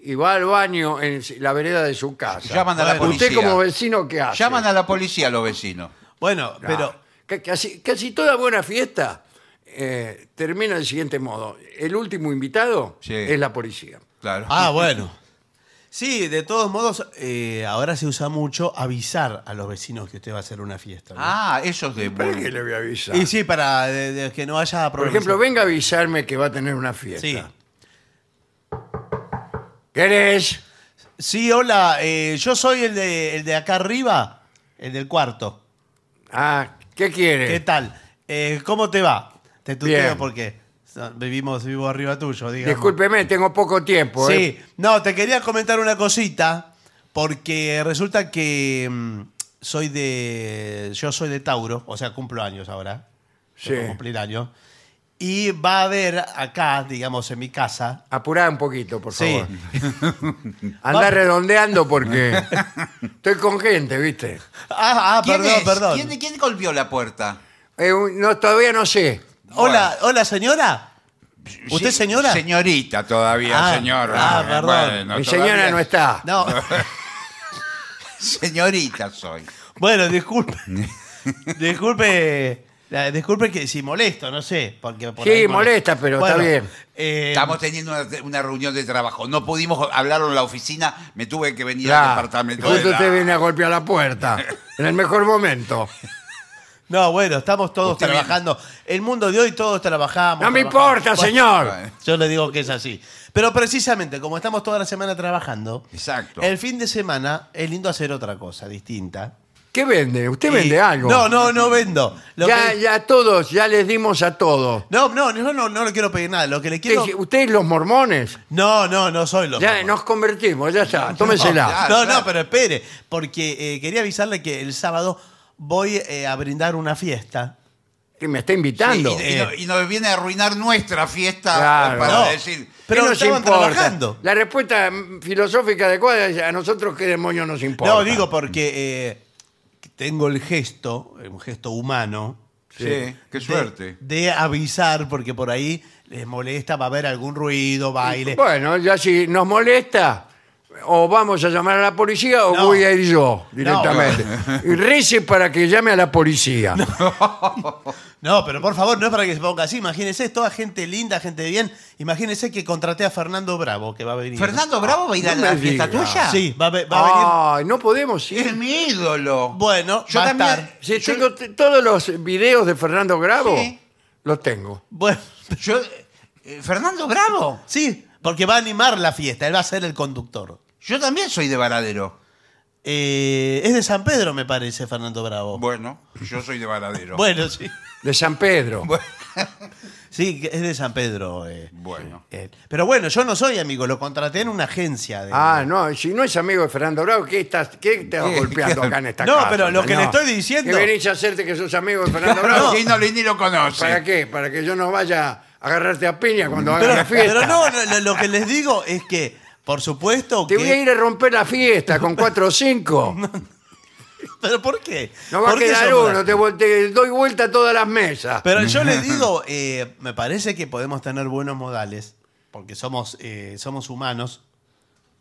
y va al baño en la vereda de su casa.
Llaman a la
Bueno.
policía.
¿Usted como vecino qué hace?
Llaman a la policía los vecinos.
Bueno,
Ah,
pero
ca- casi, casi toda buena fiesta eh, termina del siguiente modo. El último invitado
Sí.
es la policía.
Claro.
Ah, bueno. Sí, de todos modos, eh, ahora se usa mucho avisar a los vecinos que usted va a hacer una fiesta. ¿no?
Ah, eso es de.
¿Para qué le voy a avisar?
Y sí, para de- de que no haya
Por
problemas.
ejemplo, venga a avisarme que va a tener una fiesta.
Sí.
¿Querés?
Sí, hola, eh, yo soy el de, el de acá arriba, el del cuarto.
Ah, ¿qué
¿Qué
quieres?
tal? Eh, ¿Cómo te va? Te tuteo
Bien.
porque so- vivimos vivo arriba tuyo, digamos.
Discúlpeme, tengo poco tiempo. ¿eh?
Sí, no, te quería comentar una cosita, porque resulta que mm, soy de. Yo soy de Tauro, o sea, cumplo años ahora.
Sí.
Tengo que cumplir años. Y va a haber acá, digamos, en mi casa.
Apurá un poquito, por
Sí,
favor. Andá
Va-
redondeando porque estoy con gente, ¿viste?
Ah, ah,
¿Quién
perdón,
es?
perdón.
¿Quién, quién golpeó la puerta?
Eh, un- no, todavía no sé.
Hola, hola, señora. ¿Usted,
Sí,
señora?
Señorita todavía,
Ah,
señor.
ah, perdón.
Mi señora
todavía-
no está.
No.
Señorita soy.
Bueno, disculpe. disculpe. la- Disculpe que si molesto, no sé. Porque por
Sí,
ahí
molesta, pero está bien.
eh,
Estamos teniendo una, una reunión de trabajo. No pudimos hablar en la oficina. Me tuve que venir al
Claro.
departamento.
Justo
de la-
usted viene a golpear la puerta. En el mejor momento.
No, bueno, estamos todos
Usted
trabajando. El mundo de hoy todos trabajamos.
No me
trabajamos.
importa,
Bueno,
señor.
Yo le digo que es así. Pero precisamente, como estamos toda la semana trabajando,
Exacto.
el fin de semana es lindo hacer otra cosa distinta.
¿Qué vende? ¿Usted
Y-
vende algo?
No, no, no vendo. Lo
ya,
que-
ya todos, ya les dimos a todos.
No, no, no, no, no le quiero pedir nada. Lo que le quiero.
Ustedes, ustedes los mormones,
No, no, no soy lo.
ya nos convertimos, ya está, tómesela.
ya. Ah,
No,
claro.
no, pero espere, porque eh, quería avisarle que el sábado voy eh, a brindar una fiesta.
que me está
Y,
invitando.
y no- y nos viene a arruinar nuestra fiesta
Claro.
para
No.
decir.
Pero
¿Qué nos
estaban
importa?
trabajando.
La respuesta mm, filosófica adecuada es a nosotros qué demonios nos importa.
No, digo porque eh, tengo el gesto, un gesto humano.
Sí,
Sí.
qué
de-
suerte.
De, avisar, porque por ahí les molesta, va a haber algún ruido, baile.
Bueno, ya si nos molesta, o vamos a llamar a la policía o
No.
voy a ir yo directamente. Y rece para que llame a la policía.
No, pero por favor, no es para que se ponga así. Imagínense, es toda gente linda, gente de bien. Imagínense que contraté a Fernando Bravo, que va a venir.
¿Fernando Ah. Bravo va a ir a
No
la
me
fiesta
diga.
tuya?
Sí, va a, ve- va a venir.
Ay, no podemos ir.
Es mi ídolo.
Bueno,
yo
va a
también.
estar.
Sí, tengo t- todos los videos de Fernando Bravo,
Sí.
los tengo.
Bueno,
yo- eh, ¿Fernando Bravo?
sí, porque va a animar la fiesta, él va a ser el conductor.
Yo también soy de Varadero.
Eh, es de San Pedro, me parece, Fernando Bravo.
Bueno, yo soy de Varadero.
Bueno, sí.
De San Pedro.
Sí, que es de San Pedro. eh,
Bueno.
eh. Pero bueno, yo no soy amigo, lo contraté en una agencia. De...
Ah, no, si no es amigo de Fernando Bravo, ¿qué, estás, qué te vas
Sí,
golpeando acá en esta
No,
casa?
pero lo que le
No.
estoy diciendo-
Que venís a hacerte que sos amigo de Fernando
Claro,
Bravo.
que no, ni lo conoce.
¿Para qué? Para que yo no vaya a agarrarte a piña cuando haga
pero,
la fiesta.
pero no, no, no, lo que les digo es que, por supuesto
Te
que...
voy a ir a romper la fiesta con cuatro o cinco.
¿Pero por qué?
No va a
¿Por qué
quedar
somos
uno,
así?
te, vol- te doy vuelta a todas las mesas.
Pero yo les digo, eh, me parece que podemos tener buenos modales, porque somos, eh, somos humanos,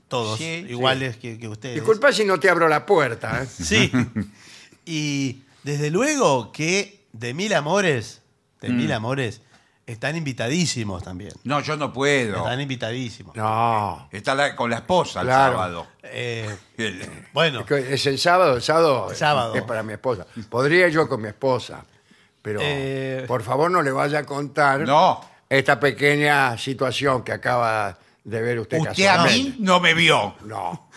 todos,
Sí,
iguales Que, que ustedes.
Disculpa si no te abro la puerta. ¿eh?
Sí. Y desde luego que de mil amores, de mil
Mm.
amores, están invitadísimos también.
No, yo no puedo.
Están invitadísimos.
No.
Está la- con la esposa el
Claro.
sábado.
Eh,
El-
bueno,
Es el sábado, el sábado,
El sábado.
es para mi esposa. Podría yo con mi esposa, pero
Eh.
por favor no le vaya a contar
No.
esta pequeña situación que acaba de ver usted.
Usted a mí
casualmente.
no me vio.
No.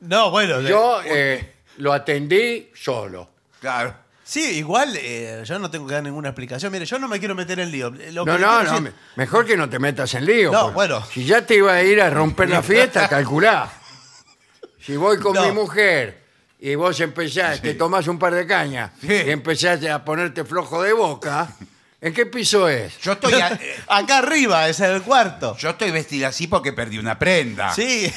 no, bueno.
Yo eh, lo atendí solo.
Claro.
Sí, igual eh, yo no tengo que dar ninguna explicación. Mire, yo no me quiero meter en lío. Lo que le
No, no,
quiero
no.
decir-
me- Mejor que no te metas en lío.
No,
porque
bueno.
Si ya te iba a ir a romper la fiesta, calculá. Si voy con
No.
mi mujer y vos empezás, te tomás un par de cañas
Sí.
y empezás a ponerte flojo de boca, ¿en qué piso es?
Yo estoy, a- eh,
Acá arriba, es el cuarto.
yo estoy vestida así porque perdí una prenda.
Sí.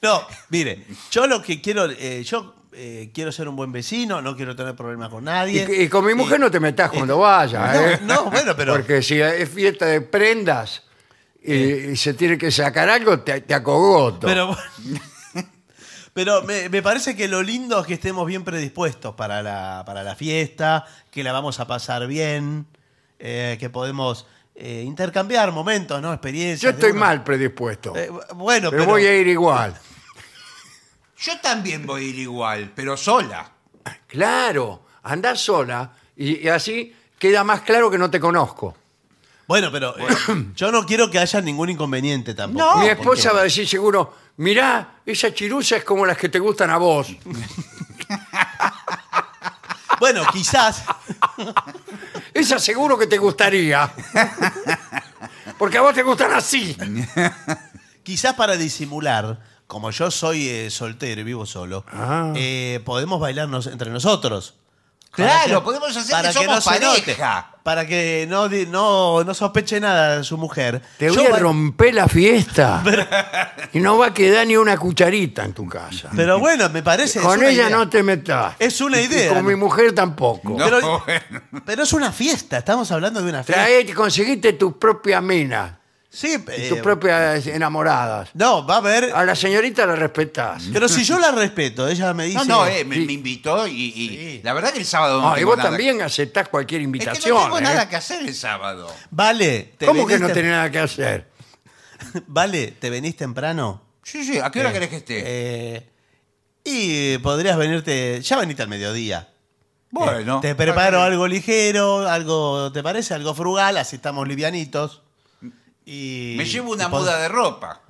No, mire, yo lo que quiero, eh, yo eh, quiero ser un buen vecino, no quiero tener problemas con nadie. Eh,
Y, y con mi mujer no te metas cuando vayas,
No,
¿eh?
no, bueno, pero-
Porque si es fiesta de prendas y, y se tiene que sacar algo, te, te acogoto.
Pero, bueno, pero me, me parece que lo lindo es que estemos bien predispuestos para la, para la fiesta, que la vamos a pasar bien, eh, que podemos eh, intercambiar momentos, ¿no? Experiencias.
Yo
de
estoy
uno.
mal predispuesto,
Eh, bueno,
pero voy a ir igual.
Yo también voy a ir igual, pero sola.
Claro, andás sola y, y así queda más claro que no te conozco.
bueno, pero eh, yo no quiero que haya ningún inconveniente tampoco.
No.
Mi
porque-
esposa va a decir seguro, mirá, esa chirusa es como las que te gustan a vos.
Bueno, quizás.
Esa seguro que te gustaría. Porque a vos te gustan así.
Quizás para disimular, como yo soy eh, soltero y vivo solo,
Ah.
eh, podemos bailarnos entre nosotros. Para
Claro, podemos hacer que
para
somos
no se note,
pareja.
para que no, di- no, no sospeche nada de su mujer.
Te
Yo
voy a
ba-
romper la fiesta. Y no va a quedar ni una cucharita en tu casa.
Pero bueno, me parece. es
Con
una
ella
idea.
no te metas.
Es una
Y
idea,
con
¿no?
mi mujer tampoco.
No,
Pero-
bueno.
Pero es una fiesta, estamos hablando de una fiesta.
Trae, conseguiste tu propia mina,
Sí, eh,
tus propias enamoradas.
No, va a haber.
A la señorita la respetás.
Pero si yo la respeto, ella me dice.
No, no, eh, me,
Sí.
me invitó y, y
Sí.
la verdad que el sábado no
Ah, y
tengo
vos
nada-
también aceptás cualquier
Es que no
invitación.
tengo
¿eh?
nada que hacer el sábado.
Vale, te
¿Cómo
venís
que no
tem-
tenés nada que hacer?
Vale, te venís temprano.
Sí, sí, ¿a qué hora querés que esté?
Eh, y podrías venirte, ya venite al mediodía.
bueno.
Te preparo algo ligero, algo, ¿te parece? Algo frugal, así estamos livianitos. Y,
Me llevo una
y pod-
muda de ropa.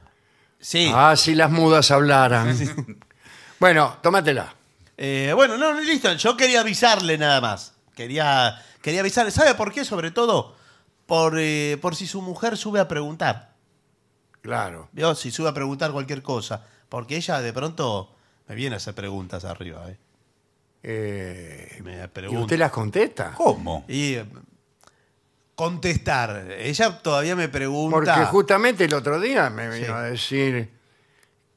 Sí.
Ah, si las mudas hablaran. bueno, tómatela.
Eh, bueno, no, no, listo. Yo quería avisarle nada más. Quería, quería avisarle. ¿Sabe por qué? Sobre todo por, eh, por si su mujer sube a preguntar.
Claro.
¿Vio? Si sube a preguntar cualquier cosa. Porque ella de pronto me viene a hacer preguntas arriba. ¿eh?
Eh,
Me
¿Y
pregunta.
usted las contesta?
¿Cómo?
Y eh, contestar. Ella todavía me
Porque
pregunta.
justamente el otro día me vino
Sí.
a decir,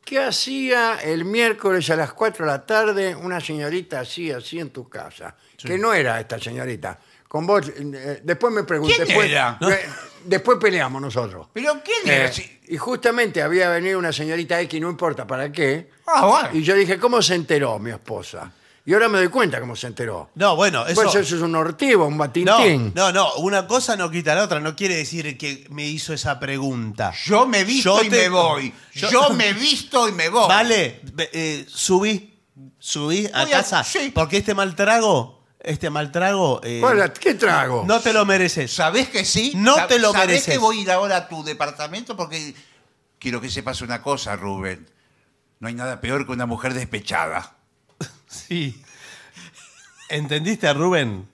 ¿qué hacía el miércoles a las 4 de la tarde una señorita así, así en tu casa? Que no era esta señorita. Con vos, eh, después me pregunté.
¿Quién
después-
era?
eh, después peleamos nosotros.
¿Pero quién
Eh,
es?
y justamente había venido una señorita X, no importa para qué.
Ah, bueno.
Y yo dije, ¿cómo se enteró mi esposa? Y ahora me doy cuenta cómo se enteró.
No, bueno, eso.
Pues eso es un ortivo, un
no,
batintín.
no, no, una cosa no quita la otra. No quiere decir que me hizo esa pregunta.
Yo me visto
Yo
y
te-
me voy.
yo-
Yo, me visto y me voy.
Vale, ve- eh, subí, subí a
Voy a-
casa.
sí.
Porque este mal trago, este mal trago. eh,
Hola, ¿Qué trago?
no te lo mereces.
¿Sabés que sí?
No
Sa-
te lo
¿sabés
mereces.
que voy a ir ahora a tu departamento? Porque quiero que sepas una cosa, Rubén. No hay nada peor que una mujer despechada.
Sí. ¿Entendiste, Rubén?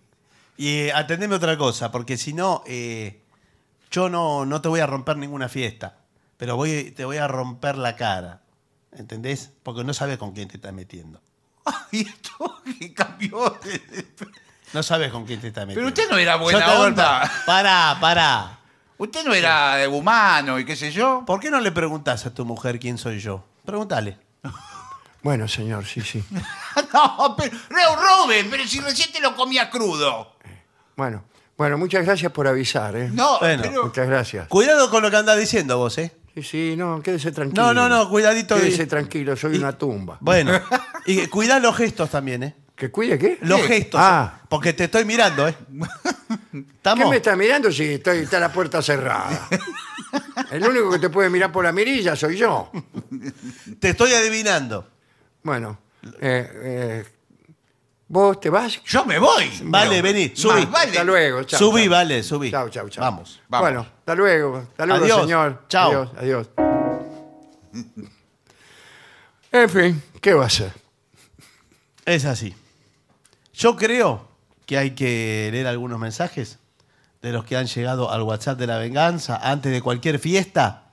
Y eh, atendeme otra cosa, porque si no, eh, yo no, no te voy a romper ninguna fiesta, pero voy, te voy a romper la cara. ¿Entendés? Porque no sabes con quién te estás metiendo.
Ay, esto que cambió.
No sabes con quién te estás metiendo.
usted no era
Yo te
buena
voy a romper-
onda.
Pará, pará.
Usted no era eh, humano y qué sé yo.
¿Por qué no le preguntás a tu mujer quién soy yo? Pregúntale.
Bueno, señor, sí, sí.
No, pero, no, Rubén, pero si recién te lo comía crudo.
Bueno, bueno, muchas gracias por avisar, ¿eh?
No,
Bueno.
pero
Muchas gracias.
Cuidado con lo que andás diciendo vos, ¿eh?
Sí, sí, no, quédese
No,
tranquilo.
no, no, cuidadito.
Quédese
Y-
tranquilo, soy una tumba.
Bueno, y cuidá los gestos también, ¿eh?
¿Que cuide qué?
Los
Sí.
gestos.
Ah.
Porque te estoy mirando, ¿eh?
¿Qué
¿Estamos?
me está mirando si estoy, está la puerta cerrada? El único que te puede mirar por la mirilla soy yo.
Te estoy adivinando.
Bueno, eh, eh, ¿vos te vas?
yo me voy.
Vale,
Pero-
vení, subí.
Más vale.
Hasta luego. Chao,
subí,
chao.
vale, subí.
Chao, chao, chao.
Vamos.
Vamos.
Bueno, hasta luego. Hasta luego,
Adiós.
señor.
Chao.
Adiós, adiós. En fin, ¿qué va a ser?
Es así. Yo creo que hay que leer algunos mensajes de los que han llegado al WhatsApp de la venganza antes de cualquier fiesta.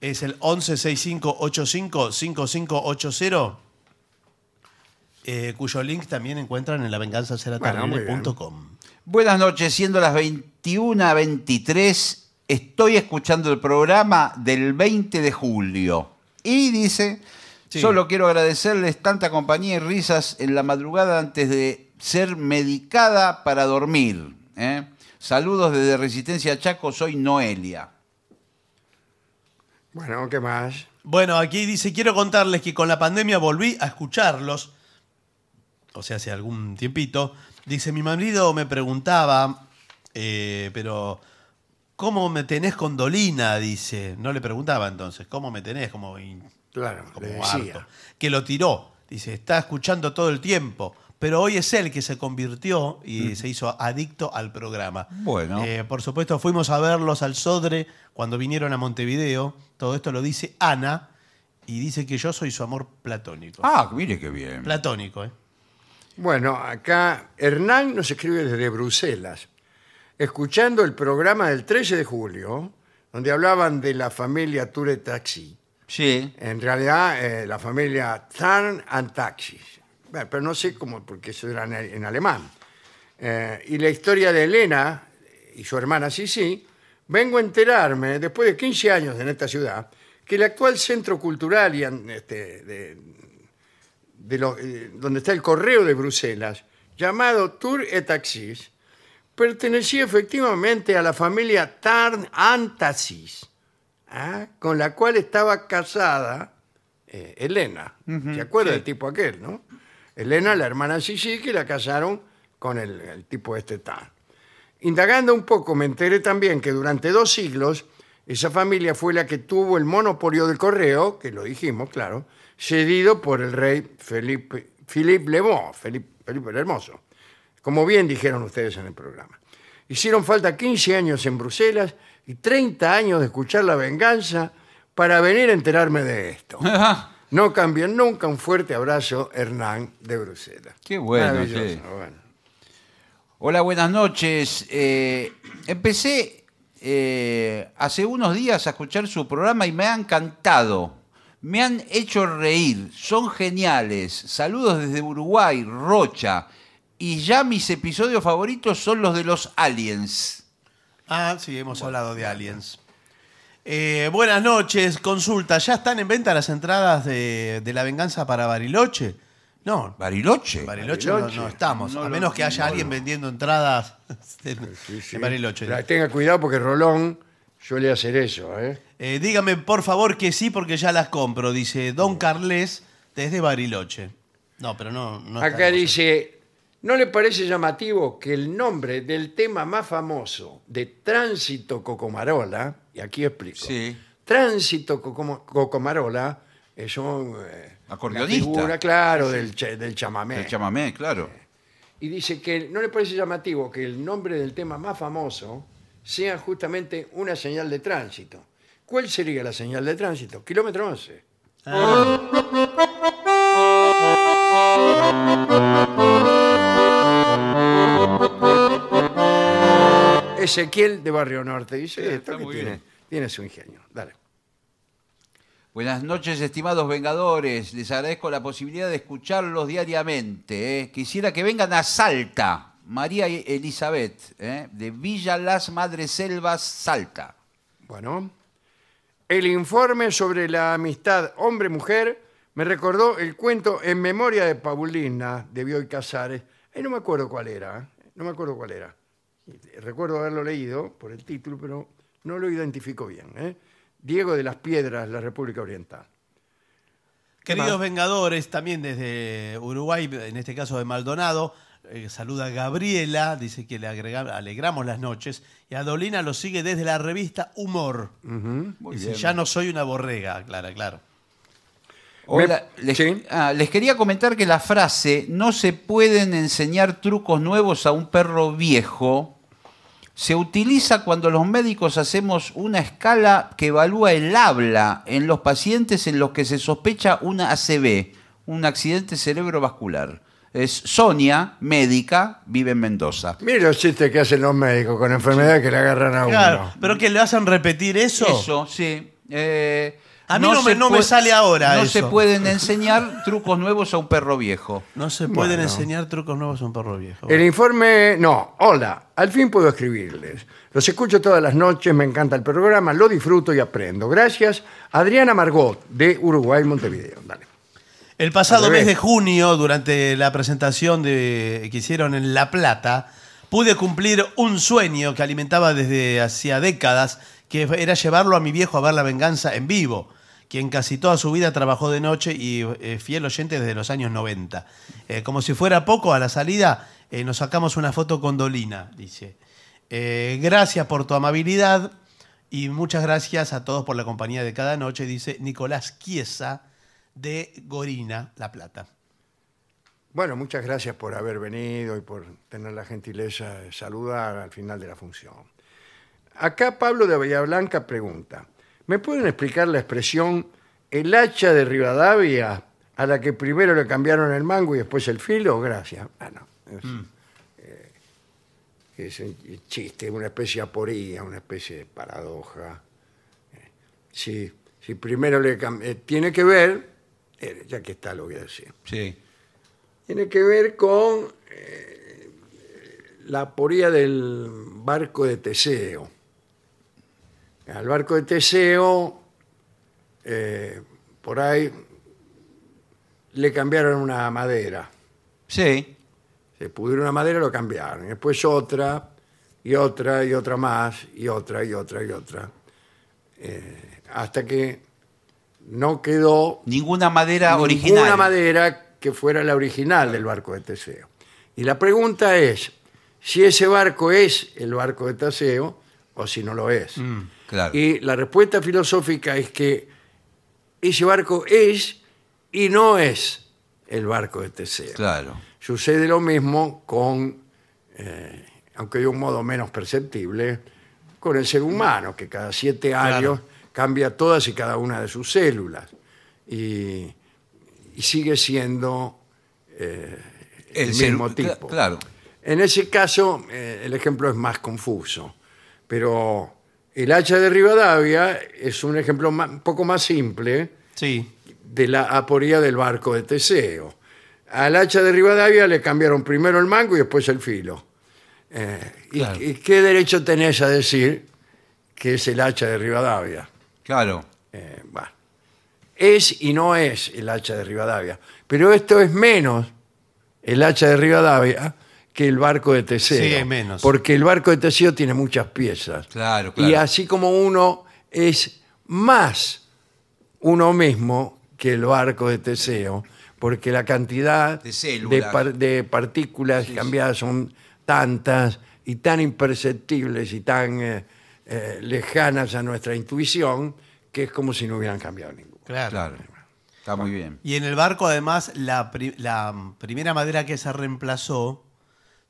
Es el 1165855580, eh, cuyo link también encuentran en lavenganzaseraterrible.com.
Buenas noches, siendo las 21 a 23, estoy escuchando el programa del 20 de julio. Y dice,
Sí.
solo quiero agradecerles tanta compañía y risas en la madrugada antes de ser medicada para dormir. ¿eh? Saludos desde Resistencia Chaco, soy Noelia.
Bueno, ¿qué más?
Bueno, aquí dice, quiero contarles que con la pandemia volví a escucharlos, o sea, hace algún tiempito. Dice, mi marido me preguntaba, eh, pero, ¿cómo me tenés con Dolina? Dice, no le preguntaba entonces, ¿cómo me tenés? Como, in-
Claro,
como
le decía.
harto. Que lo tiró, dice, está escuchando todo el tiempo. Pero hoy es él que se convirtió y se hizo adicto al programa.
Bueno.
Eh, por supuesto, fuimos a verlos al Sodre cuando vinieron a Montevideo. Todo esto lo dice Ana y dice que yo soy su amor platónico.
Ah, mire qué bien.
Platónico, ¿eh?
Bueno, acá Hernán nos escribe desde Bruselas, escuchando el programa del 13 de julio, donde hablaban de la familia Ture Taxi.
Sí.
En realidad, eh, la familia Tarn and Taxis. Bueno, pero no sé cómo, porque eso era en, en alemán. Eh, y la historia de Elena y su hermana Sisi, vengo a enterarme, después de 15 años en esta ciudad, que el actual centro cultural y an- este, de, de lo- eh, donde está el correo de Bruselas, llamado Tour et Taxis, pertenecía efectivamente a la familia Tarn and Taxis. ¿ah? con la cual estaba casada eh, Elena. ¿Se acuerda del tipo aquel, no? Elena, la hermana Sisi, que la casaron con el, el tipo este tal. Indagando un poco, me enteré también que durante dos siglos esa familia fue la que tuvo el monopolio del correo, que lo dijimos, claro, cedido por el rey Felipe, Philippe Le Bon, Felipe, Felipe el Hermoso, como bien dijeron ustedes en el programa. Hicieron falta 15 años en Bruselas y 30 años de escuchar la venganza para venir a enterarme de esto. No cambien nunca. Un fuerte abrazo, Hernán de Bruselas.
Qué bueno,
Maravilloso,
sí.
bueno.
Hola, buenas noches. Eh, empecé eh, hace unos días a escuchar su programa y me han cantado. Me han hecho reír. Son geniales. Saludos desde Uruguay, Rocha. Y ya mis episodios favoritos son los de los aliens.
Ah, sí, hemos hablado de aliens. Eh, buenas noches, consulta. ¿Ya están en venta las entradas de, de la venganza para Bariloche? No,
Bariloche.
Bariloche, no-
Bariloche.
No, estamos,
No
a
lo-
menos que haya alguien vendiendo entradas en,
Sí, sí.
en Bariloche.
Pero Tenga cuidado porque Rolón suele hacer eso. ¿eh?
Eh, dígame por favor que sí, porque ya las compro, dice Don Carles desde Bariloche. No, pero no. no ¿eh?
Acá
está-
dice, ¿no le parece llamativo que el nombre del tema más famoso de Tránsito Cocomarola, y aquí explico,
Sí.
Tránsito Cocomo- Cocomarola es un... eh,
Acordeonista.
una figura, claro, del, cha- del chamamé.
El chamamé, claro.
y dice que no le parece llamativo que el nombre del tema más famoso sea justamente una señal de tránsito. ¿Cuál sería la señal de tránsito? Kilómetro 11.
Ah.
Ezequiel de Barrio Norte dice, "Esto
está
que
muy
tiene,
bien.
tiene su ingenio. Dale.
Buenas noches, estimados vengadores. Les agradezco la posibilidad de escucharlos diariamente. ¿eh? Quisiera que vengan a Salta, María e- Elizabeth, ¿eh? de Villa Las Madres Selvas, Salta.
Bueno, el informe sobre la amistad hombre-mujer me recordó el cuento En memoria de Paulina de Bioy Casares. Eh, no me acuerdo cuál era, ¿eh? no me acuerdo cuál era. Recuerdo haberlo leído por el título, pero no lo identifico bien. ¿eh? Diego de las Piedras, la República Oriental.
Queridos
más?
Vengadores, también desde Uruguay, en este caso de Maldonado, eh, saluda a Gabriela, dice que le agrega- alegramos las noches, y a Dolina lo sigue desde la revista Humor.
Mm,
Muy
dice,
bien.
ya no soy una borrega, claro, claro.
Hola,
Me-
les,
sí.
ah, les quería comentar que la frase no se pueden enseñar trucos nuevos a un perro viejo se utiliza cuando los médicos hacemos una escala que evalúa el habla en los pacientes en los que se sospecha una ACV, un accidente cerebrovascular. Es Sonia, médica, vive en Mendoza.
Mire los chistes que hacen los médicos con enfermedades que le agarran a
Claro,
uno.
pero que le hacen repetir eso.
Eso, sí. Eh,
A mí no me-
se
no me
pue-
sale ahora
No
eso.
se pueden enseñar trucos nuevos a un perro viejo.
No se pueden
Bueno.
enseñar trucos nuevos a un perro viejo.
El informe, no, hola, al fin puedo escribirles. Los escucho todas las noches, me encanta el programa, lo disfruto y aprendo. Gracias, Adriana Margot, de Uruguay, Montevideo. Dale.
El pasado
Al
mes
revés.
de junio, durante la presentación de- que hicieron en La Plata, pude cumplir un sueño que alimentaba desde hacía décadas, que era llevarlo a mi viejo a ver La Venganza en vivo, quien casi toda su vida trabajó de noche y eh, fiel oyente desde los años 90. Eh, como si fuera poco, a la salida eh, nos sacamos una foto con Dolina, dice. Eh, gracias por tu amabilidad y muchas gracias a todos por la compañía de cada noche, dice Nicolás Chiesa de Gorina, La Plata.
Bueno, muchas gracias por haber venido y por tener la gentileza de saludar al final de la función. Acá Pablo de Blanca pregunta, ¿me pueden explicar la expresión el hacha de Rivadavia a la que primero le cambiaron el mango y después el filo? Gracias. Ah, no. Es, eh, es un chiste, una especie de aporía, una especie de paradoja. Eh, Si, si primero le cam- eh, Tiene que ver, eh, ya que está lo voy a decir
Sí.
tiene que ver con eh, la poría del barco de Teseo. Al barco de Teseo, eh, por ahí, le cambiaron una madera.
Sí.
Se pudrió una madera, lo cambiaron. Y Después otra, y otra, y otra más, y otra, y otra, y otra. Eh, hasta que no quedó
Ninguna madera original.
ninguna madera que fuera la original del barco de Teseo. Y la pregunta es si ese barco es el barco de Teseo o si no lo es.
Mm. Claro.
Y la respuesta filosófica es que ese barco es y no es el barco de Teseo.
Claro.
Sucede lo mismo con, eh, aunque de un modo menos perceptible, con el ser humano, que cada siete años cambia todas y cada una de sus células y, y sigue siendo eh, el,
ser-
mismo
cl-
tipo.
Claro.
En ese caso, eh, el ejemplo es más confuso, pero el hacha de Rivadavia es un ejemplo ma- un poco más simple,
Sí.
de la aporía del barco de Teseo. Al hacha de Rivadavia le cambiaron primero el mango y después el filo. Eh, ¿y-
Claro.
¿y, qué derecho tenés a decir que es el hacha de Rivadavia?
Claro.
Eh, bueno, es y no es el hacha de Rivadavia. Pero esto es menos el hacha de Rivadavia que el barco de Teseo.
Sí, es menos.
Porque el barco de Teseo tiene muchas piezas.
Claro, claro.
Y así como uno es más uno mismo que el barco de Teseo, porque la cantidad
De células.
de par- de partículas cambiadas son tantas y tan imperceptibles y tan eh, eh, lejanas a nuestra intuición que es como si no hubieran cambiado ninguna.
Claro.
Claro. Está muy bien.
Y en el barco, además, la, pri- la primera madera que se reemplazó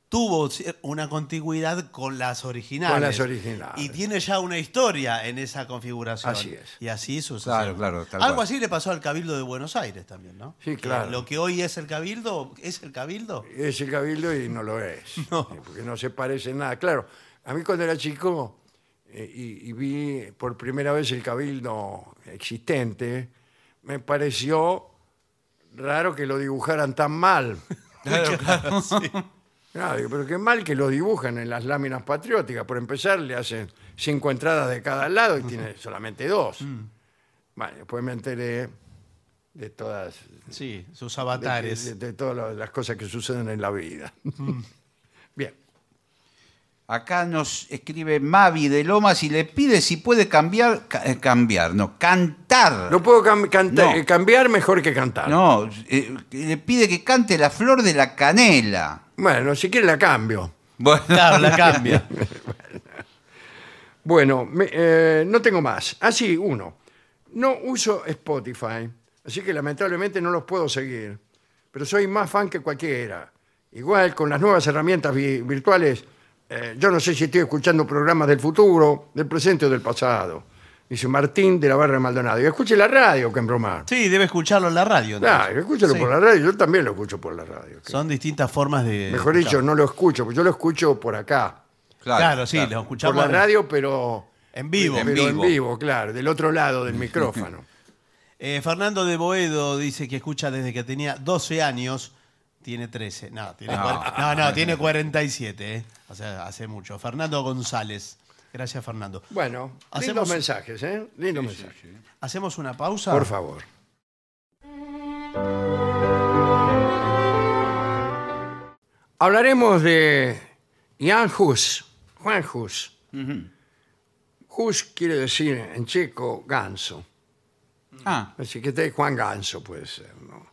tuvo cier- una contigüidad con las originales.
Con las originales.
Y tiene ya una historia en esa configuración.
Así es.
Y así sucesivamente.
Claro, claro, tal
Algo
cual.
así le pasó al Cabildo de Buenos Aires también, ¿no?
Sí, claro.
Que Lo que hoy es el Cabildo, ¿es el Cabildo?
Es el cabildo y no lo es. Eh, Porque no se parece en nada. Claro, a mí cuando era chico eh, y, y vi por primera vez el cabildo existente, me pareció raro que lo dibujaran tan mal. Claro, digo, pero qué mal que lo dibujan en las láminas patrióticas. Por empezar, le hacen cinco entradas de cada lado y tiene solamente dos.
Mm.
Bueno, después me enteré de todas
Sí, sus
de-
avatares.
de- de todas las- las cosas que suceden en la vida.
Mm.
Bien.
Acá nos escribe Mavi de Lomas y le pide si puede cambiar, ca- eh, cambiar, no, cantar.
No puedo cam- canta-
No.
eh, cambiar mejor que cantar.
No, eh, le pide que cante la flor de la canela.
Bueno, si quiere la cambio.
Bueno,
Claro, la cambia.
Bueno, me- eh, no tengo más. Ah, sí, uno. No uso Spotify, así que lamentablemente no los puedo seguir. Pero soy más fan que cualquiera. Igual con las nuevas herramientas vi- virtuales, eh, yo no sé si estoy escuchando programas del futuro, del presente o del pasado. Dice Martín de la Barra de Maldonado. Y escuche la radio, que bromar.
Sí, debe escucharlo en la radio. entonces.
Claro, escúchelo
Sí.
por la radio. Yo también lo escucho por la radio. que-
Son distintas formas de.
Mejor dicho, no lo escucho, porque yo lo escucho por acá.
claro,
Claro, sí,
claro.
lo
Por
escuchamos
la radio, pero
en vivo.
En
pero en
vivo.
vivo, claro, del otro lado del micrófono.
Eh, Fernando de Boedo dice que escucha desde que tenía 12 años. Tiene 13. No, tiene,
No.
cuar- no, no, tiene 47. eh. O sea, hace mucho. Fernando González. Gracias, Fernando.
Bueno, lindos
Hacemos-
mensajes, ¿eh? Lindos mensajes.
¿Hacemos una pausa?
Por favor. Hablaremos de Jan Hus, Juan Hus. Hus quiere decir en checo ganso.
Ah,
Así que este es Juan Ganso puede ser, ¿no?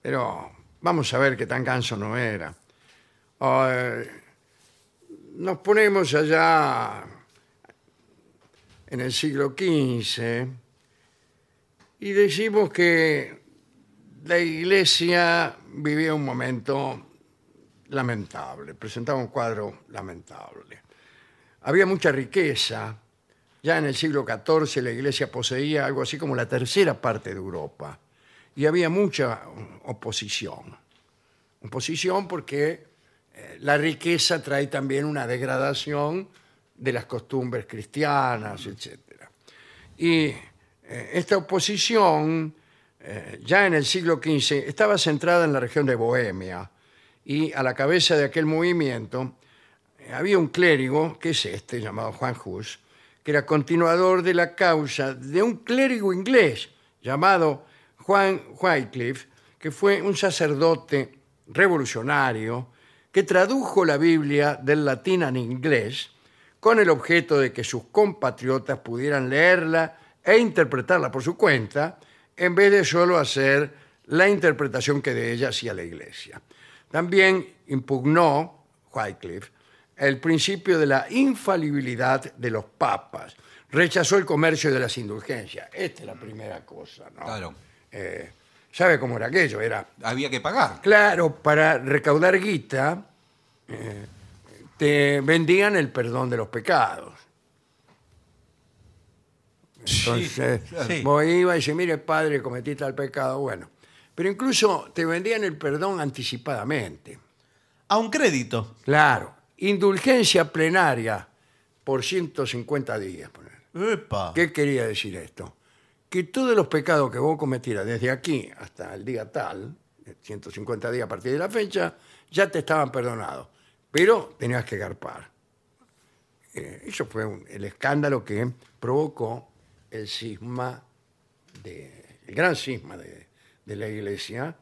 Pero vamos a ver qué tan ganso no era. Eh, nos ponemos allá en el siglo XV y decimos que la iglesia vivía un momento lamentable, presentaba un cuadro lamentable. Había mucha riqueza. Ya en el siglo XIV la iglesia poseía algo así como la tercera parte de Europa. Y había mucha oposición. Oposición porque eh, la riqueza trae también una degradación de las costumbres cristianas, etc. Y eh, esta oposición, eh, ya en el siglo XV, estaba centrada en la región de Bohemia. Y a la cabeza de aquel movimiento Eh, había un clérigo, que es este, llamado Juan Hus, que era continuador de la causa de un clérigo inglés llamado Juan Wycliffe, que fue un sacerdote revolucionario que tradujo la Biblia del latín al inglés con el objeto de que sus compatriotas pudieran leerla e interpretarla por su cuenta, en vez de solo hacer la interpretación que de ella hacía la Iglesia. También impugnó Wycliffe el principio de la infalibilidad de los papas, rechazó el comercio de las indulgencias. Esta es la primera cosa, ¿no?
claro.
Eh, ¿Sabe cómo era aquello? Era
Había que pagar.
Claro, para recaudar guita, eh, te vendían el perdón de los pecados. Entonces,
sí.
vos ibas y dices, mire padre, cometí tal pecado, bueno. Pero incluso te vendían el perdón anticipadamente.
A un crédito.
Claro, indulgencia plenaria por 150 días. poner.
Epa.
¿Qué quería decir esto? Que todos los pecados que vos cometieras desde aquí hasta el día tal, 150 días a partir de la fecha, ya te estaban perdonados, pero tenías que garpar. Eh, eso fue un- el escándalo que provocó el cisma, de, el gran cisma de, de la iglesia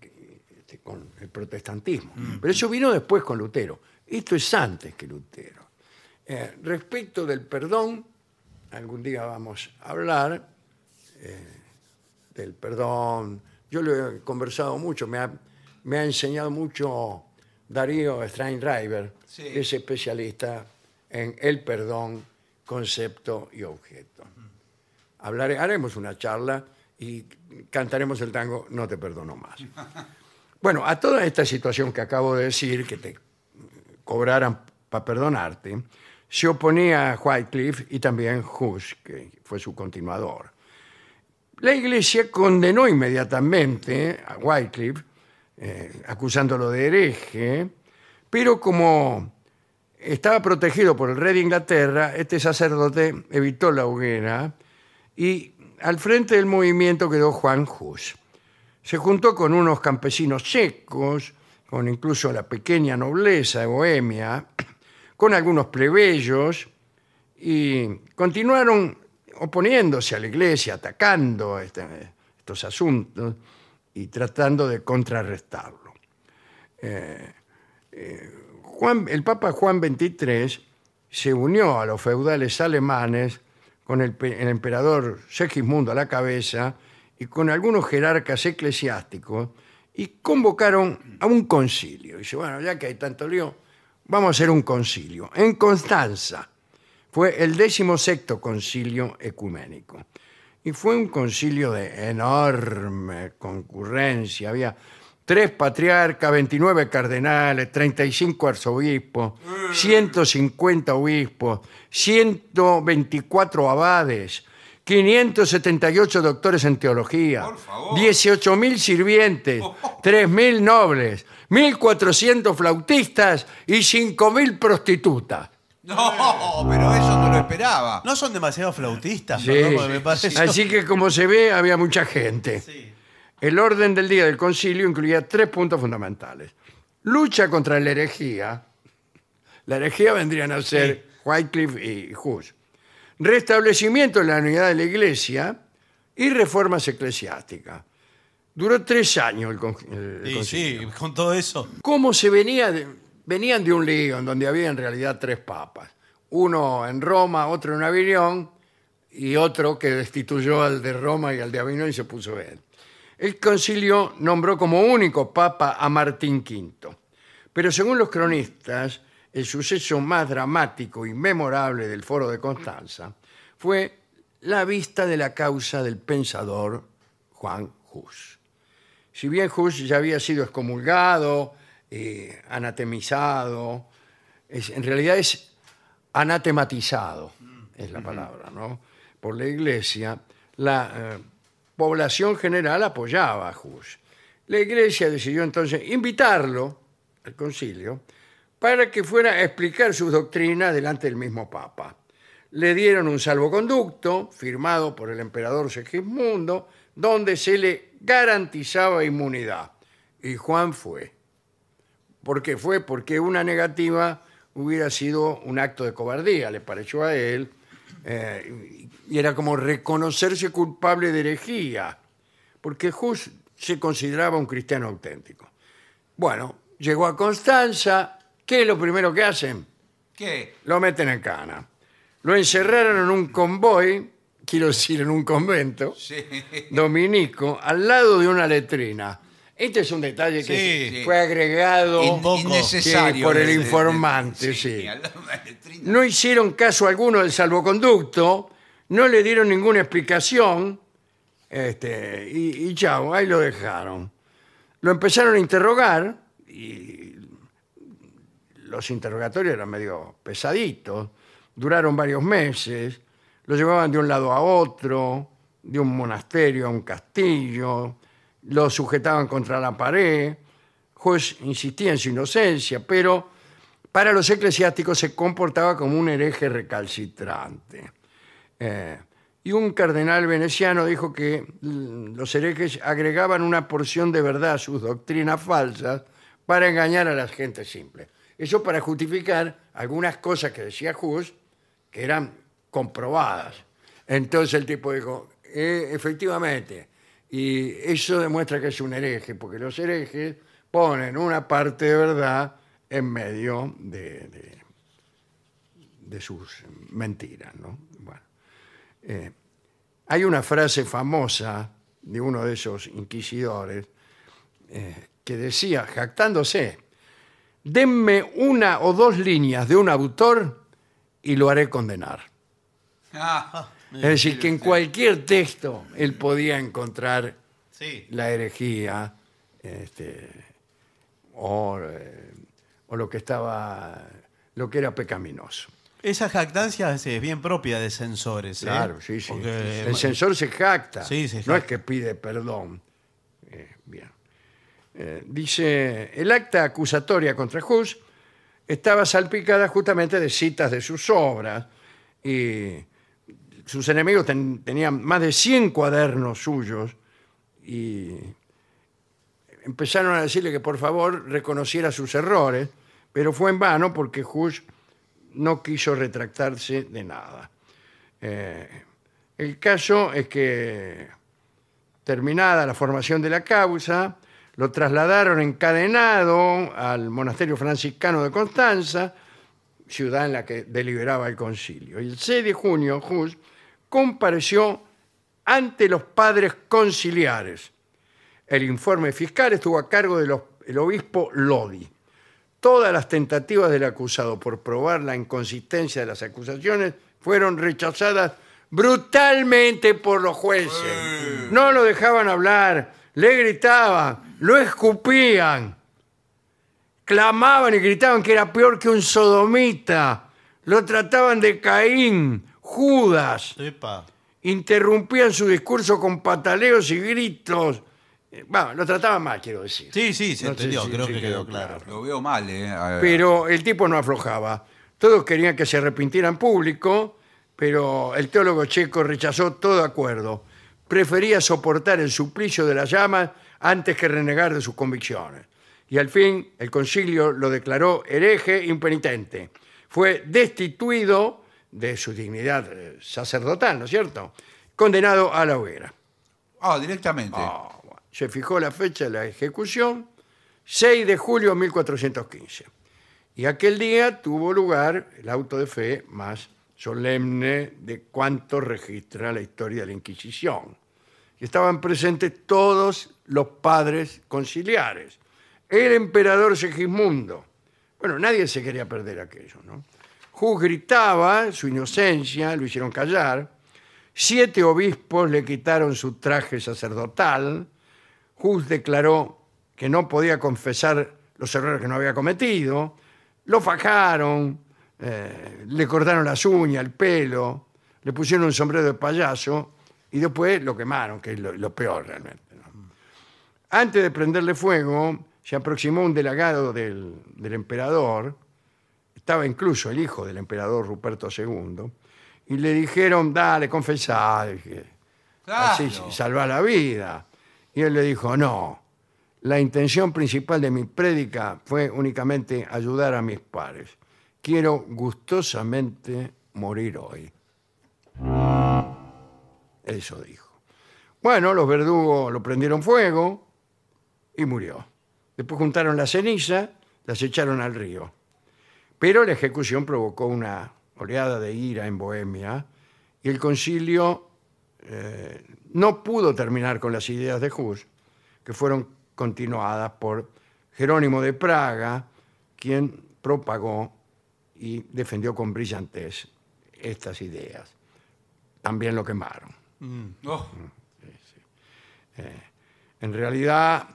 que- este, con el protestantismo. Pero eso vino después con Lutero. Esto es antes que Lutero. Eh, respecto del perdón, algún día vamos a hablar eh, del perdón. Yo lo he conversado mucho, me ha, me ha enseñado mucho Darío Steinreiber,
Sí.
que es especialista en el perdón, concepto y objeto. Hablaré, haremos una charla y cantaremos el tango No te perdono más. Bueno, a toda esta situación que acabo de decir, que te cobraran para perdonarte, se oponía a Wycliffe y también Hus, que fue su continuador. La iglesia condenó inmediatamente a Wycliffe, eh, acusándolo de hereje, pero como estaba protegido por el rey de Inglaterra, este sacerdote evitó la hoguera y al frente del movimiento quedó Juan Hus. Se juntó con unos campesinos secos, con incluso la pequeña nobleza de Bohemia, con algunos plebeyos, y continuaron oponiéndose a la iglesia, atacando este- estos asuntos y tratando de contrarrestarlo. Juan- el Papa Juan XXIII se unió a los feudales alemanes con el, pe- el emperador Segismundo a la cabeza y con algunos jerarcas eclesiásticos y convocaron a un concilio. Dice, bueno, ya que hay tanto lío, vamos a hacer un concilio. En Constanza fue el decimosexto concilio ecuménico. Y fue un concilio de enorme concurrencia. Había tres patriarcas, 29 cardenales, 35 arzobispos, 150 obispos, 124 abades, 578 doctores en teología, 18.000 sirvientes, 3.000 nobles, 1.400 flautistas y 5.000 prostitutas.
No, pero eso no lo esperaba.
No son demasiado flautistas,
Sí,
perdón, porque
sí.
me parece.
Así que como se ve, había mucha gente. El orden del día del concilio incluía tres puntos fundamentales. Lucha contra la herejía. La herejía vendrían a ser Wycliffe y Hus. Restablecimiento de la unidad de la iglesia y reformas eclesiásticas. Duró tres años el, con- el
Sí,
concilio
sí, con todo eso.
cómo se venía de- venían de un lío en donde había en realidad tres papas. Uno en Roma, otro en Avignon y otro que destituyó al de Roma y al de Avignon y se puso él. El concilio nombró como único papa a Martín V. Pero según los cronistas, el suceso más dramático y memorable del foro de Constanza fue la vista de la causa del pensador Juan Hus si bien Hus ya había sido excomulgado, eh, anatemizado, es- en realidad es anatematizado, es la palabra, ¿no? Por la iglesia, la eh, población general apoyaba a Hus. La iglesia decidió entonces invitarlo al concilio para que fuera a explicar sus doctrinas delante del mismo Papa. Le dieron un salvoconducto firmado por el emperador Segismundo, donde se le garantizaba inmunidad. Y Juan fue. ¿Por qué fue? Porque una negativa hubiera sido un acto de cobardía, le pareció a él, eh, y era como reconocerse culpable de herejía, porque Hus se consideraba un cristiano auténtico. Bueno, llegó a Constanza, ¿qué es lo primero que hacen?
¿Qué?
Lo meten en cana. Lo encerraron en un convoy, quiero decir, en un convento, dominico, al lado de una letrina. Este es un detalle que
Sí.
fue agregado
In-
poco.
innecesario.
Sí, por el
De- de- de-
informante, sí.
al lado de la letrina.
no hicieron caso alguno del salvoconducto, no le dieron ninguna explicación, este, y, y chao, ahí lo dejaron. Lo empezaron a interrogar, y los interrogatorios eran medio pesaditos, duraron varios meses, lo llevaban de un lado a otro, de un monasterio a un castillo, lo sujetaban contra la pared, juez insistía en su inocencia, pero para los eclesiásticos se comportaba como un hereje recalcitrante. Eh, y un cardenal veneciano dijo que mm, los herejes agregaban una porción de verdad a sus doctrinas falsas para engañar a la gente simple. Eso para justificar algunas cosas que decía Hus que eran comprobadas. Entonces el tipo dijo, "Eh, efectivamente, y eso demuestra que es un hereje, porque los herejes ponen una parte de verdad en medio de, de- de sus mentiras. ¿no? Bueno. Hay una frase famosa de uno de esos inquisidores eh, que decía, jactándose, denme una o dos líneas de un autor y lo haré condenar.
Ah,
Es decir, que en cualquier texto él podía encontrar
Sí.
la herejía este, o, eh, o o lo que estaba, lo que era pecaminoso.
Esa jactancia sí, es bien propia de censores. ¿eh?
Claro, sí, sí.
Porque-
El censor se jacta.
Sí, se
No
jacta.
es que pide perdón. Eh, bien. Eh, dice, el acta acusatoria contra Hus estaba salpicada justamente de citas de sus obras y sus enemigos ten- tenían más de 100 cuadernos suyos y empezaron a decirle que por favor reconociera sus errores, pero fue en vano porque Hus no quiso retractarse de nada. Eh, el caso es que, terminada la formación de la causa, lo trasladaron encadenado al monasterio franciscano de Constanza, ciudad en la que deliberaba el concilio. Y el 6 de junio, Hus compareció ante los padres conciliares. El informe fiscal estuvo a cargo del obispo Lodi. Todas las tentativas del acusado por probar la inconsistencia de las acusaciones fueron rechazadas brutalmente por los jueces. No lo dejaban hablar, le gritaban, lo escupían, clamaban y gritaban que era peor que un sodomita, lo trataban de Caín, Judas
Epa.
interrumpían su discurso con pataleos y gritos. Eh, Bueno, lo trataban mal, quiero decir.
Sí, sí, se
No sé
entendió,
si-
creo
si
que quedó
quedó
claro.
Lo veo mal, ¿eh? A-
Pero el tipo no aflojaba. Todos querían que se arrepintiera en público, pero el teólogo checo rechazó todo acuerdo. Prefería soportar el suplicio de las llamas antes que renegar de sus convicciones. Y al fin el concilio lo declaró hereje impenitente. Fue destituido de su dignidad eh, sacerdotal, ¿no es cierto? Condenado a la hoguera.
Ah, directamente.
Ah, bueno. Se fijó la fecha de la ejecución, 6 de julio de 1415. Y aquel día tuvo lugar el auto de fe más solemne de cuanto registra la historia de la Inquisición. Y estaban presentes todos los padres conciliares. El emperador Segismundo. Bueno, nadie se quería perder aquello, ¿no? Hus gritaba su inocencia, lo hicieron callar. Siete obispos le quitaron su traje sacerdotal. Hus declaró que no podía confesar los errores que no había cometido. Lo fajaron, eh, le cortaron las uñas, el pelo, le pusieron un sombrero de payaso y después lo quemaron, que es lo, lo peor realmente. ¿no? Antes de prenderle fuego, se aproximó un delegado del, del emperador estaba incluso el hijo del emperador Ruperto II, y le dijeron, dale, confesá, dije, así
Claro.
salvá la vida. Y él le dijo, no, la intención principal de mi prédica fue únicamente ayudar a mis pares. Quiero gustosamente morir hoy. Eso dijo. Bueno, los verdugos lo prendieron fuego y murió. Después juntaron las cenizas, las echaron al río. Pero la ejecución provocó una oleada de ira en Bohemia y el concilio eh, no pudo terminar con las ideas de Hus, que fueron continuadas por Jerónimo de Praga, quien propagó y defendió con brillantez estas ideas. También lo quemaron.
Oh,
En realidad,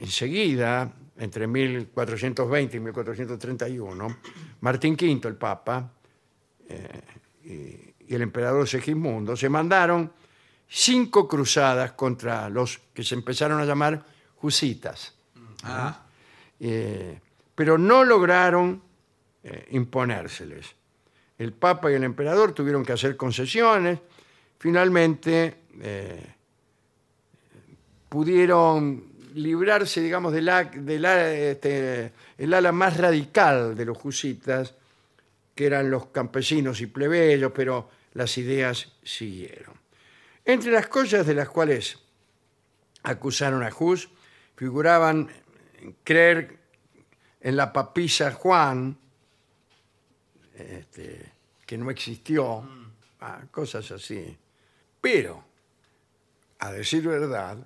enseguida, entre 1420 y 1431, Martín V, el Papa, eh, y, y el emperador Segismundo se mandaron cinco cruzadas contra los que se empezaron a llamar husitas.
ah,
Eh, pero no lograron eh, imponérseles. El Papa y el Emperador tuvieron que hacer concesiones. Finalmente eh, pudieron librarse, digamos, del, ac- del a- este, el ala más radical de los jusitas, que eran los campesinos y plebeyos, pero las ideas siguieron. Entre las cosas de las cuales acusaron a Hus figuraban en creer en la papisa Juan, este, que no existió, ah, cosas así. Pero, a decir verdad,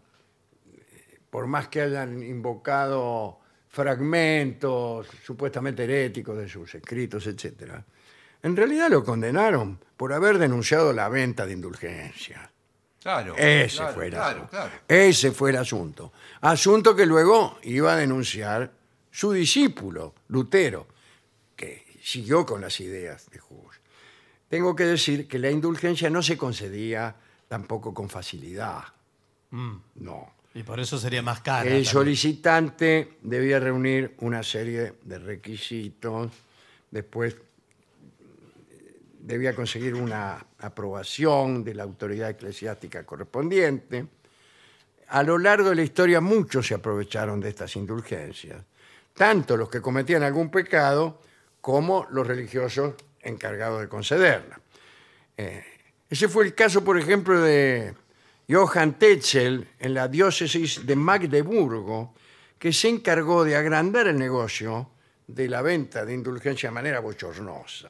eh, por más que hayan invocado fragmentos supuestamente heréticos de sus escritos, etc., en realidad lo condenaron por haber denunciado la venta de indulgencias.
claro.
Ese
claro,
fue el
Claro,
asunto.
claro.
Ese fue el asunto. Asunto que luego iba a denunciar su discípulo, Lutero, que siguió con las ideas de Hus. Tengo que decir que la indulgencia no se concedía tampoco con facilidad.
Mm.
No.
Y por eso sería más cara.
El
también.
solicitante debía reunir una serie de requisitos, después eh, debía conseguir una aprobación de la autoridad eclesiástica correspondiente. A lo largo de la historia muchos se aprovecharon de estas indulgencias, tanto los que cometían algún pecado como los religiosos encargados de concederla. Eh, ese fue el caso, por ejemplo, de Johann Tetzel en la diócesis de Magdeburgo, que se encargó de agrandar el negocio de la venta de indulgencia de manera bochornosa.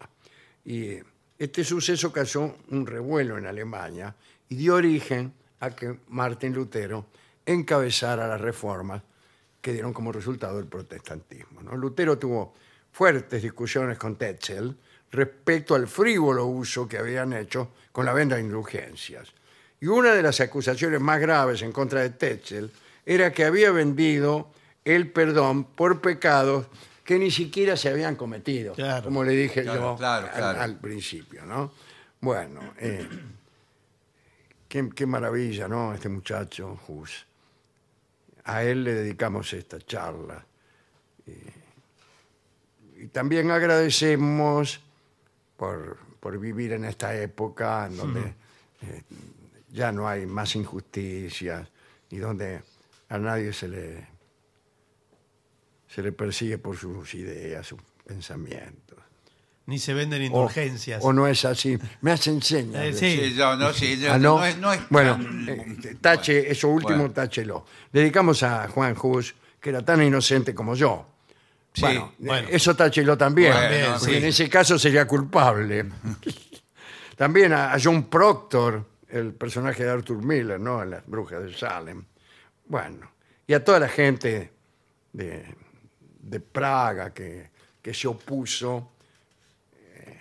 Y eh, este suceso causó un revuelo en Alemania y dio origen a que Martín Lutero encabezara las reformas que dieron como resultado el protestantismo. ¿no? Lutero tuvo fuertes discusiones con Tetzel respecto al frívolo uso que habían hecho con la venta de indulgencias. Y una de las acusaciones más graves en contra de Tetzel era que había vendido el perdón por pecados que ni siquiera se habían cometido,
Claro.
como le dije
Claro,
yo
claro,
al-
claro.
al principio, ¿no? Bueno, eh, qué, qué maravilla, ¿no? Este muchacho, Hus. A él le dedicamos esta charla. Eh, y también agradecemos por, por vivir en esta época en donde eh, ya no hay más injusticias y donde a nadie se le, se le persigue por sus ideas, sus pensamientos.
Ni se venden
O-
indulgencias.
O, no es así. Me hacen señas.
Eh,
de-
sí.
Sí, yo, no, sí, yo-
Ah, no.
no es- no es
bueno,
tan-
eh, tache, eso último,
Bueno.
táchelo. Dedicamos a Juan Hus, que era tan inocente como yo.
Sí,
bueno,
bueno.
eh, eso táchelo también.
Bueno,
porque
sí.
En ese caso sería culpable. también a, a John Proctor, el personaje de Arthur Miller, ¿no? En Las Brujas de Salem. Bueno, y a toda la gente de, de Praga que, que se opuso eh,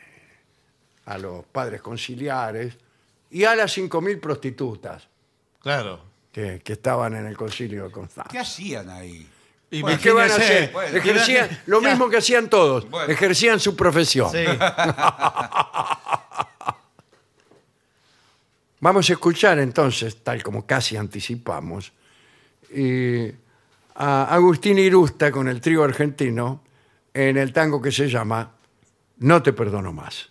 a los padres conciliares y a las 5.000 prostitutas
Claro.
que, que estaban en el concilio de
¿Qué
Constanza.
hacían ahí?
Y
¿Y qué van a hacer?
bueno.
Ejercían lo mismo que hacían todos,
Bueno.
ejercían su profesión.
Sí.
Vamos a escuchar entonces, tal como casi anticipamos, eh, a Agustín Irusta con el trío argentino en el tango que se llama No te perdono más.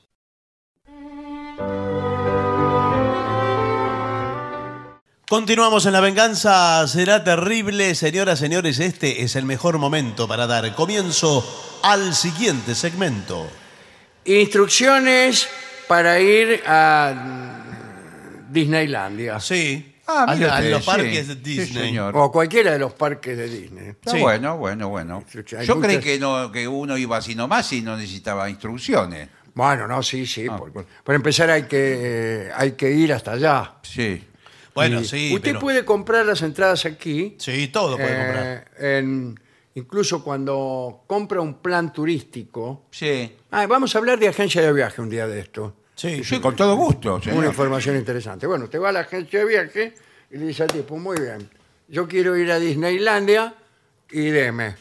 Continuamos en la venganza. Será terrible, señoras, señores. Este es el mejor momento para dar comienzo al siguiente segmento.
Instrucciones para ir a mm, Disneylandia
Sí.
Ah,
a,
mire
a
usted,
los
sí.
parques de
Sí,
Disney.
señor.
o cualquiera de los parques de Disney.
Está
Sí.
Bueno, bueno, bueno.
Sí, sí, hay
Yo creí
muchas-
que, no, que uno iba así nomás y no necesitaba instrucciones.
Bueno, no, sí, sí.
Ah.
por- por- para empezar hay que, eh, hay que ir hasta allá.
Sí.
Bueno,
Y
sí.
Usted
pero-
puede comprar las entradas aquí.
Sí, todo puede comprar.
Eh, en- incluso cuando compra un plan turístico.
Sí.
Ah, vamos a hablar de agencia de viaje un día de esto.
Sí.
Sí, con todo gusto.
Una
señor.
información interesante. Bueno, usted va a la agencia de viaje y le dice al tipo, muy bien, yo quiero ir a Disneylandia y deme.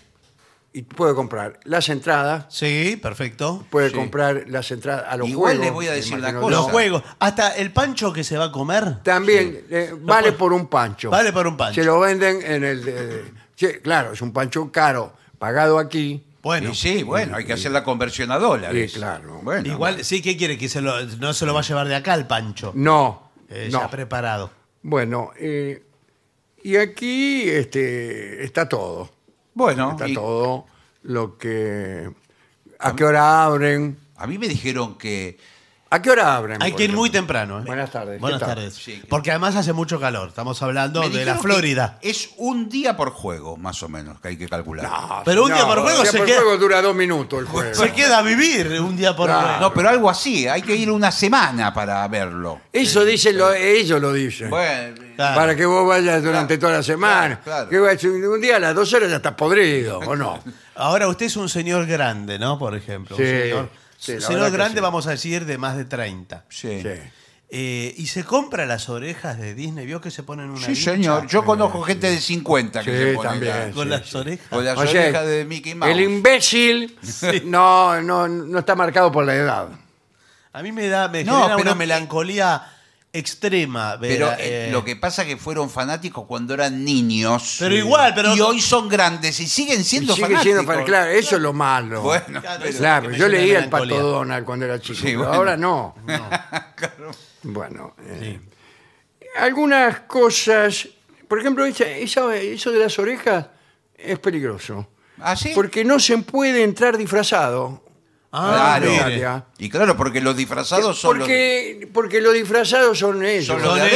Y puede comprar las entradas,
Sí, perfecto.
puede
Sí.
comprar las entradas a los
Igual
juegos.
le voy a
me
decir una
imagino
cosa.
yo.
Los juegos. Hasta el pancho que se va a comer.
También eh, vale
puede-
por un pancho.
Vale por un pancho.
Se lo venden en el... eh, sí, claro, es un pancho caro, pagado aquí.
Bueno.
Y sí, bueno, hay que hacer la conversión a dólares.
Sí, claro.
Bueno.
Igual, sí, ¿qué quiere? Que se lo- no se lo va a llevar de acá el
Mm,
pancho.
No,
Eh,
no.
Ya preparado.
Bueno, eh, y aquí este, está todo.
Bueno,
Está
y
todo lo que... ¿A qué hora abren?
a mí me dijeron que.
¿A qué hora abren?
Hay
por
que ir muy
ejemplo?
temprano. ¿eh?
Buenas tardes, ¿qué
Buenas
tal?
tardes.
Sí.
Porque además hace mucho calor. Estamos hablando
me
de la
dijeron que
Florida.
Es un día por juego, más o menos, que hay que calcular.
Ah,
Pero un día por juego
un día
se
por
queda-
juego dura dos minutos el juego.
Se queda a vivir un día por
Claro.
No, pero algo así, hay que ir una semana para verlo.
Eso dicen lo- ellos lo dicen.
Bueno,
Claro.
Para que vos vayas durante
Claro,
toda la semana.
claro, claro.
Que vayas un un día a las dos horas ya estás podrido, ¿o no?
Ahora usted es un señor grande, ¿no? Por ejemplo. un
Sí,
señor,
sí, la
señor
verdad que
grande,
sí.
vamos a decir, de más de 30.
sí.
Sí.
eh, y se compra las orejas de Disney. ¿Vio que se ponen una
Sí,
vincha
señor. Yo conozco gente de 50 que
Sí,
se pone
también.
la-
con
Sí,
las
sí.
orejas?
o las
O sea,
orejas de Mickey Mouse.
El imbécil no, no, no está marcado por la edad.
A mí me da me
No,
genera
pero-
una melancolía extrema. ver,
Pero eh,
eh,
lo que pasa es que fueron fanáticos cuando eran niños.
Pero igual, pero-
Y hoy son grandes y siguen
Y
siendo
sigue
fanáticos.
siendo fan- claro, eso es lo malo.
Bueno,
Claro,
pero-
Claro,
que me
yo
llena de
leía el
melancolía.
Pato Donald cuando era chico,
Sí,
pero
bueno.
ahora no. Bueno, eh, algunas cosas, por ejemplo, esa- esa- eso de las orejas es peligroso,
¿Ah, sí?
porque no se puede entrar disfrazado.
Ah,
Claro.
mire.
mire.
Y claro, porque los disfrazados son los, de-
porque, porque los disfrazados son ellos.
son los de
son ellos.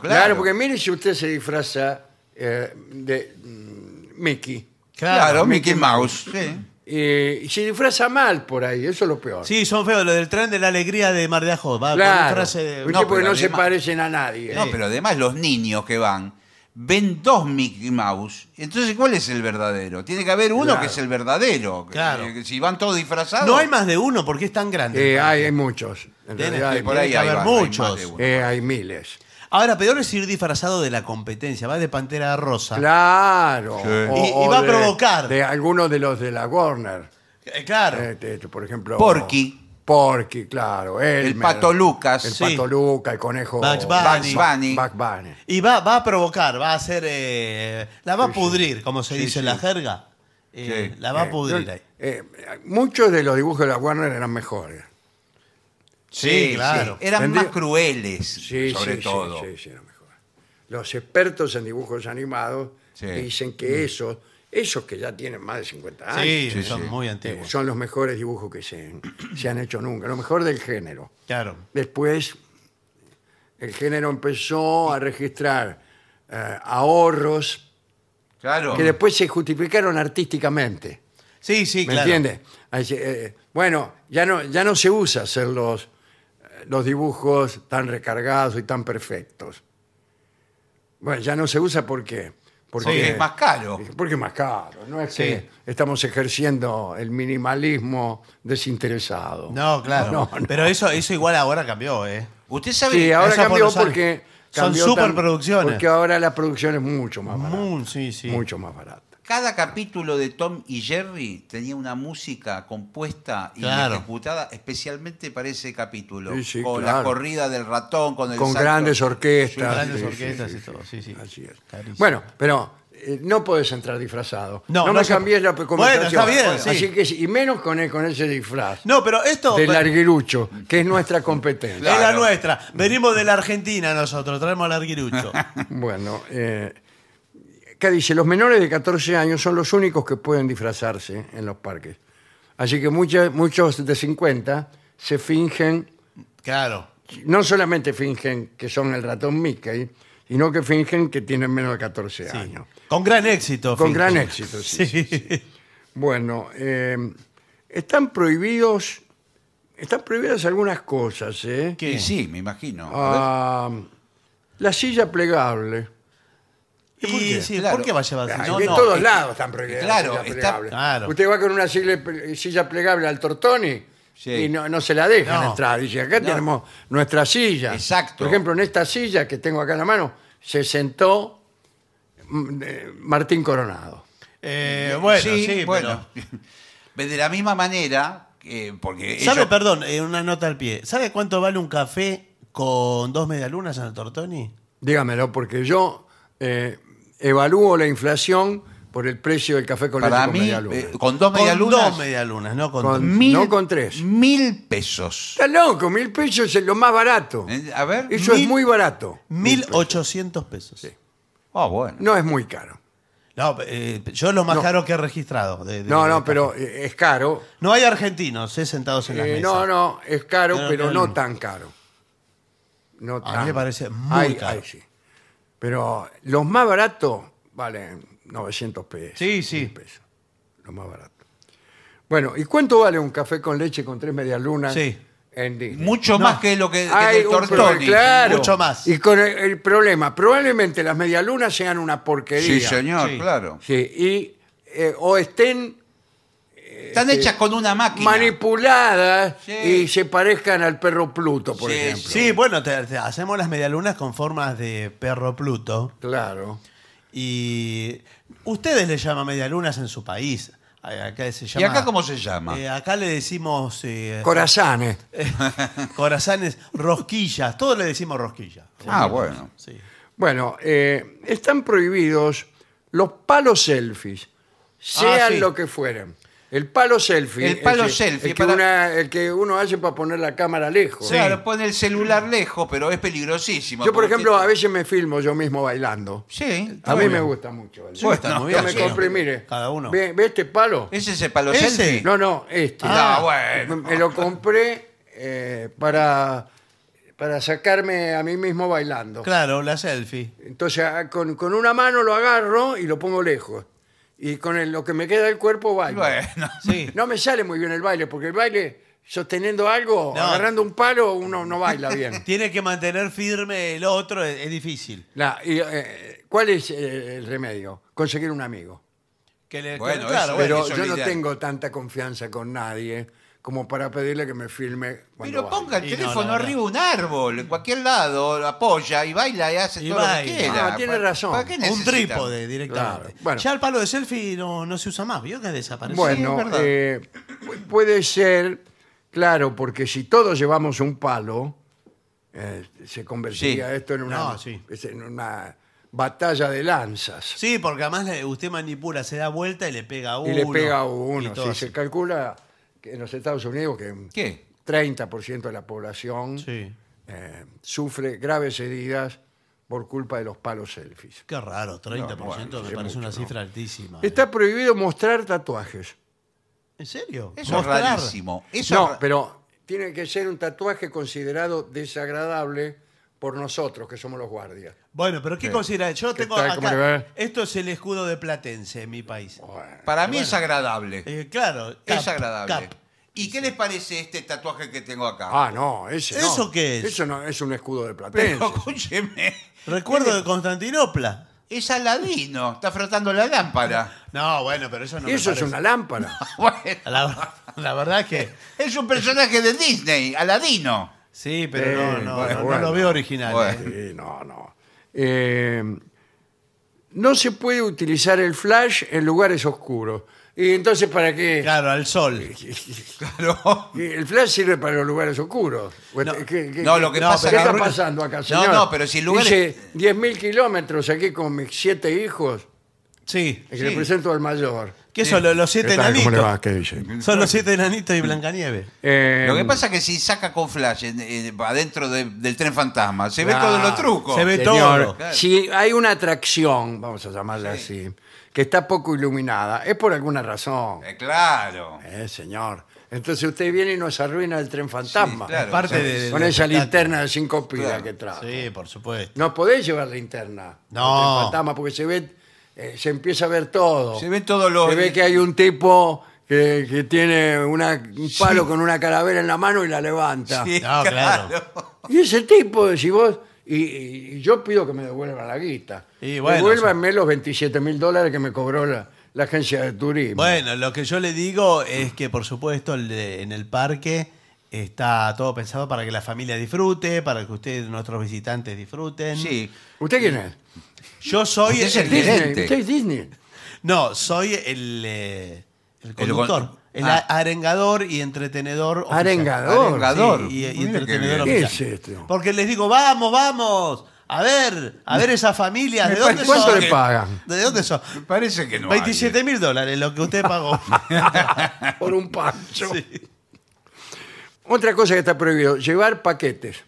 Claro,
claro.
porque mire si usted se disfraza eh, de mm, Mickey.
Claro,
Claro.
Mickey Mouse. sí.
Eh, y se disfraza mal por ahí, eso es lo peor.
Sí, son feos. Lo del tren de la alegría de Mar de Ajó. Va con
claro.
frase de-
Viste,
No,
porque
pero
no se
además-
parecen a nadie.
Eh,
eh.
No, pero además los niños que van ven dos Mickey Mouse. Entonces, ¿cuál es el verdadero? Tiene que haber uno
Claro.
que es el verdadero. que-
Claro.
que si van todos disfrazados.
No hay más de uno porque es tan grande.
Eh, hay, hay muchos. En
Tiene-
realidad hay,
por
tiene
ahí
que
hay
haber
varios, hay
muchos.
más de uno.
eh, hay miles.
Ahora, peor es ir disfrazado de la competencia. Va de pantera rosa.
Claro.
Ah. Sí.
O-
Y- y
o
va a
de-
provocar.
De algunos de los de la Warner.
Eh, claro.
Eh, de- de- por ejemplo.
Porky.
Porky, claro. Elmer,
El Pato Lucas.
El
Sí.
Pato Luca, el conejo.
Bugs
Bugs
Bunny.
Bunny.
Bugs Bunny.
Y va, va a provocar, va a hacer. eh, la va a pudrir, como se dice en la jerga. Eh,
Sí.
La va
Eh,
a pudrir ahí.
eh, muchos de los dibujos de la Warner eran mejores.
Sí, claro.
sí. Eran
Vendí-
más crueles,
Sí,
sobre
sí,
todo.
Sí, sí, sí, eran mejores. Los expertos en dibujos animados
Sí. Mm.
dicen que esos, esos que ya tienen más de 50 años.
Sí,
sí,
son
sí.
muy
Eh,
antiguos.
son los mejores dibujos que se, se han hecho nunca, lo mejor del género.
Claro.
Después, el género empezó a registrar eh, ahorros
Claro.
que después se justificaron artísticamente.
Sí, sí,
¿Me
claro.
entiende? Así, eh, bueno, ya no, ya no se usa hacer los, eh, los dibujos tan recargados y tan perfectos. Bueno, ya no se usa ¿por qué? porque,
Porque es más caro.
porque es más caro. No es
Sí.
que estamos ejerciendo el minimalismo desinteresado.
No, claro.
No, no.
Pero eso, eso igual ahora cambió, ¿eh?
Usted sabe.
Sí, ahora
Eso por
cambió
los años.
porque...
Son
cambió tan-
superproducciones.
Porque ahora la producción es mucho más barata.
Muy, sí, sí.
Ah, Mucho más barata.
Cada capítulo de Tom y Jerry tenía una música compuesta y
Claro.
ejecutada especialmente para ese capítulo.
Sí, sí,
con la
claro.
corrida del ratón, con el
Con
salto.
grandes orquestas.
Grandes
sí, sí,
orquestas
sí,
y todo. Sí, sí.
Así es.
Carísimo.
Bueno, pero eh, no podés entrar disfrazado.
No,
me
no se-
cambies la
Bueno,
conversación.
está bien, sí.
Así que, sí, y menos con, e- con ese disfraz
No, pero esto.
de
pero-
larguirucho, que es nuestra competencia.
Es la
Claro.
nuestra. Venimos de la Argentina nosotros, traemos al arguirucho.
Bueno, eh, acá dice, los menores de 14 años son los únicos que pueden disfrazarse en los parques. Así que muchas- muchos de 50 se fingen,
Claro.
no solamente fingen que son el ratón Mickey, sino que fingen que tienen menos de 14
sí.
años.
Con gran éxito.
Con
Finkel.
gran éxito, sí,
Sí.
Bueno, eh, están prohibidos, están prohibidas algunas cosas, ¿eh?
¿Qué?
Y sí, me imagino. A ver.
Ah, la silla plegable.
¿Y
por qué?
sí,
Claro.
¿por qué va a llevar
Ay,
así?
no,
de
no,
todos
es-
lados están prohibidas
claro,
las sillas
está-
plegables.
claro.
Usted va con una silla, ple- silla plegable al Tortoni
Sí.
y no, no se la dejan
No.
entrar. Dice, acá
No.
tenemos nuestra silla.
Exacto.
Por ejemplo, en esta silla que tengo acá en la mano se sentó mm, eh, Martín Coronado.
Eh, bueno, sí, pero-
De la misma manera, que- porque.
¿Sabe,
ellos-
perdón, eh, una nota al pie? ¿Sabe cuánto vale un café con dos medialunas en el Tortoni?
Dígamelo, porque yo eh, evalúo la inflación por el precio del café con leche
para
con
mí,
media luna.
eh, con dos medialunas.
Con dos medialunas, no con,
Con-
dos.
mil,
no con tres.
Mil pesos.
Está loco, mil pesos es lo más barato.
Eh, A ver.
Eso es
mil-
muy barato.
1800 pesos.
Ah, bueno.
No es muy caro.
No, eh, yo es lo más
No.
caro que he registrado. de- de-
No,
de
no,
café.
pero eh, es caro.
No hay argentinos eh, sentados en las
Eh,
mesas.
no, no, es caro,
Pero
pero
no
no
es-
tan caro. No
mí
tan-
me parece muy
Ay,
caro.
ay, sí. Pero los más baratos valen 900 pesos.
Sí, sí.
1000 pesos, los más baratos. Bueno, ¿y cuánto vale un café con leche con tres medialunas
Sí.
en Disney?
Mucho
No.
más que lo que, que
Hay
el
un
Tortoni.
problema, claro.
mucho más.
Y con el, el problema, probablemente las medialunas sean una porquería.
Sí, señor,
Sí.
claro.
Sí, y, eh, o estén
Están hechas con una máquina.
manipuladas
Sí.
y se parezcan al perro Pluto, por
Sí,
ejemplo.
Sí, bueno, te- te hacemos las medialunas con formas de perro Pluto.
Claro.
Y ustedes le llaman medialunas en su país. A- Acá se
¿Y
llama-
acá cómo se llama?
Eh, acá le decimos eh,
Corazanes.
corazones, rosquillas. Todos le decimos rosquillas.
Ah, bueno.
Sí.
Bueno, eh, están prohibidos los palos selfies, sean
sí.
lo que fueran. El palo selfie.
Ah, El palo
ese,
selfie,
El que,
para-
una- el que uno hace para poner la cámara lejos.
Claro, pone el celular lejos, pero es peligrosísimo.
Yo, por
porque-
ejemplo, a veces me filmo yo mismo bailando.
Sí.
A mí me gusta mucho. el-
Sí, está
Yo
muy bien,
me
sí.
compré, mire.
Cada uno.
¿Ve, ve este palo?
¿Ese es el palo
Ese.
selfie?
No, no, este.
Ah,
Me-
bueno.
Me lo compré eh, para, para sacarme a mí mismo bailando.
Claro, la selfie.
Entonces, ah, con, con una mano lo agarro y lo pongo lejos. Y con el- lo que me queda del cuerpo bailo.
Bueno.
Sí.
No me sale muy bien el baile, porque el baile, sosteniendo algo,
No.
agarrando un palo, uno no baila bien.
Tiene que mantener firme el otro, es, es difícil.
La- y, eh, ¿Cuál es eh, el remedio? Conseguir un amigo.
Que le-
Bueno,
claro,
eso-
bueno.
Pero
eso
yo
es
no
ideal.
tengo tanta confianza con nadie como para pedirle que me filme. Cuando
Pero
bailo.
ponga el
Y no,
teléfono
no, no.
arriba de un árbol, en cualquier lado, lo apoya y baila y hace
Y
todo lo que
baila.
quiera.
Ah, tiene
¿Para-
razón.
¿Para qué
Un
necesita?
trípode directamente.
Claro, bueno.
Ya el palo de selfie no, no se usa más, vio que desapareció.
es
Bueno,
verdad.
eh, pu- puede ser, claro, porque si todos llevamos un palo, eh, se convertiría
Sí.
esto en una,
No, sí.
es en una batalla de lanzas.
Sí, porque además le- usted manipula, se da vuelta y le pega a uno.
y le pega a uno.
y todo
Sí,
así.
se calcula que en los Estados Unidos que un
¿Qué?
30% de la población
Sí.
eh, sufre graves heridas por culpa de los palos selfies.
Qué raro, 30%
No,
me
es
parece una
mucho,
cifra altísima.
Está prohibido mostrar tatuajes.
¿En serio?
Eso
Mostrar.
es rarísimo. Eso es
No,
ra-
pero tiene que ser un tatuaje considerado desagradable por nosotros, que somos los guardias.
Bueno, pero ¿qué considera? Yo
¿Qué
tengo
tal,
acá-
cómo le va?
Esto es el escudo de Platense en mi país.
para mí es agradable.
Eh, claro.
es
cap,
agradable.
cap.
¿Y qué les parece este tatuaje que tengo acá?
Ah, no, ese no.
¿Eso qué es?
Eso no, es un escudo de platense.
pero escúcheme.
Recuerdo de Constantinopla.
Es Aladino, está frotando la lámpara.
No, bueno, pero eso no me
eso es
parece.
una lámpara.
Bueno,
La, la verdad es que
es un personaje de Disney, Aladino.
sí, pero no,
Eh,
no,
bueno,
no, no
bueno.
lo veo original.
Bueno.
eh.
Sí, no, no. Eh, no se puede utilizar el flash en lugares oscuros. Y entonces, ¿para qué?
eh. Claro, al sol.
Claro.
El flash sirve para los lugares oscuros. ¿O
No,
qué- qué-
no, lo que
qué-
pasa
¿Qué
es que-
está pasando acá,
No,
señor?
no, pero si lugares-
Dice 10.000 kilómetros aquí con mis siete hijos.
Sí.
El que le presento al mayor.
¿Qué son los, los siete
¿Qué tal? ¿Cómo le va?
enanitos?
¿Qué dice?
Son los siete enanitos y Blancanieves.
Eh,
Lo que pasa es que si saca con flash en- en- adentro de- del tren fantasma, se
Ah,
ve todos los trucos.
se ve
señor,
todo.
Claro.
Si hay una atracción, vamos a llamarla así, que está poco iluminada, es por alguna razón,
Eh, claro.
eh, señor. Entonces usted viene y nos arruina el tren fantasma.
Sí, claro.
Parte
sí,
de, de-
Con
del
esa
espectáculo.
linterna de cinco pilas
Claro.
que trajo.
Sí, por supuesto.
No podés llevar linterna. al
No.
tren fantasma porque se ve, eh, se empieza a ver todo.
Se ven todos los.
Se ve que hay un tipo que, que tiene una- un palo con una calavera en la mano y la levanta.
Sí,
No, claro.
Y ese tipo, decís vos, y, y- y yo pido que me devuelvan la guita.
Y bueno,
Devuélvanme los 27 mil dólares que me cobró la, la agencia de turismo.
Bueno, lo que yo le digo es que, por supuesto, el de- en el parque está todo pensado para que la familia disfrute, para que ustedes, nuestros visitantes, disfruten.
Sí.
¿Usted quién es?
Yo soy
Usted es el
el,
líder.
Disney.
Gerente.
Usted es Disney.
no, soy el, eh, el
El
conductor,
con-
el,
Ah.
a- arengador y entretenedor. oficial.
Arengador.
Arengador.
Sí, y- y,
Mira qué
entretenedor.
bien.
oficial.
¿Qué es esto?
Porque les digo, vamos, vamos, a ver, a ver esa familia. ¿De dónde
¿Cuánto
son?
le pagan?
¿De dónde son?
Me parece que no. hay.
27 mil dólares, lo que usted pagó.
Por un pancho.
Sí.
Otra cosa que está prohibido, llevar paquetes.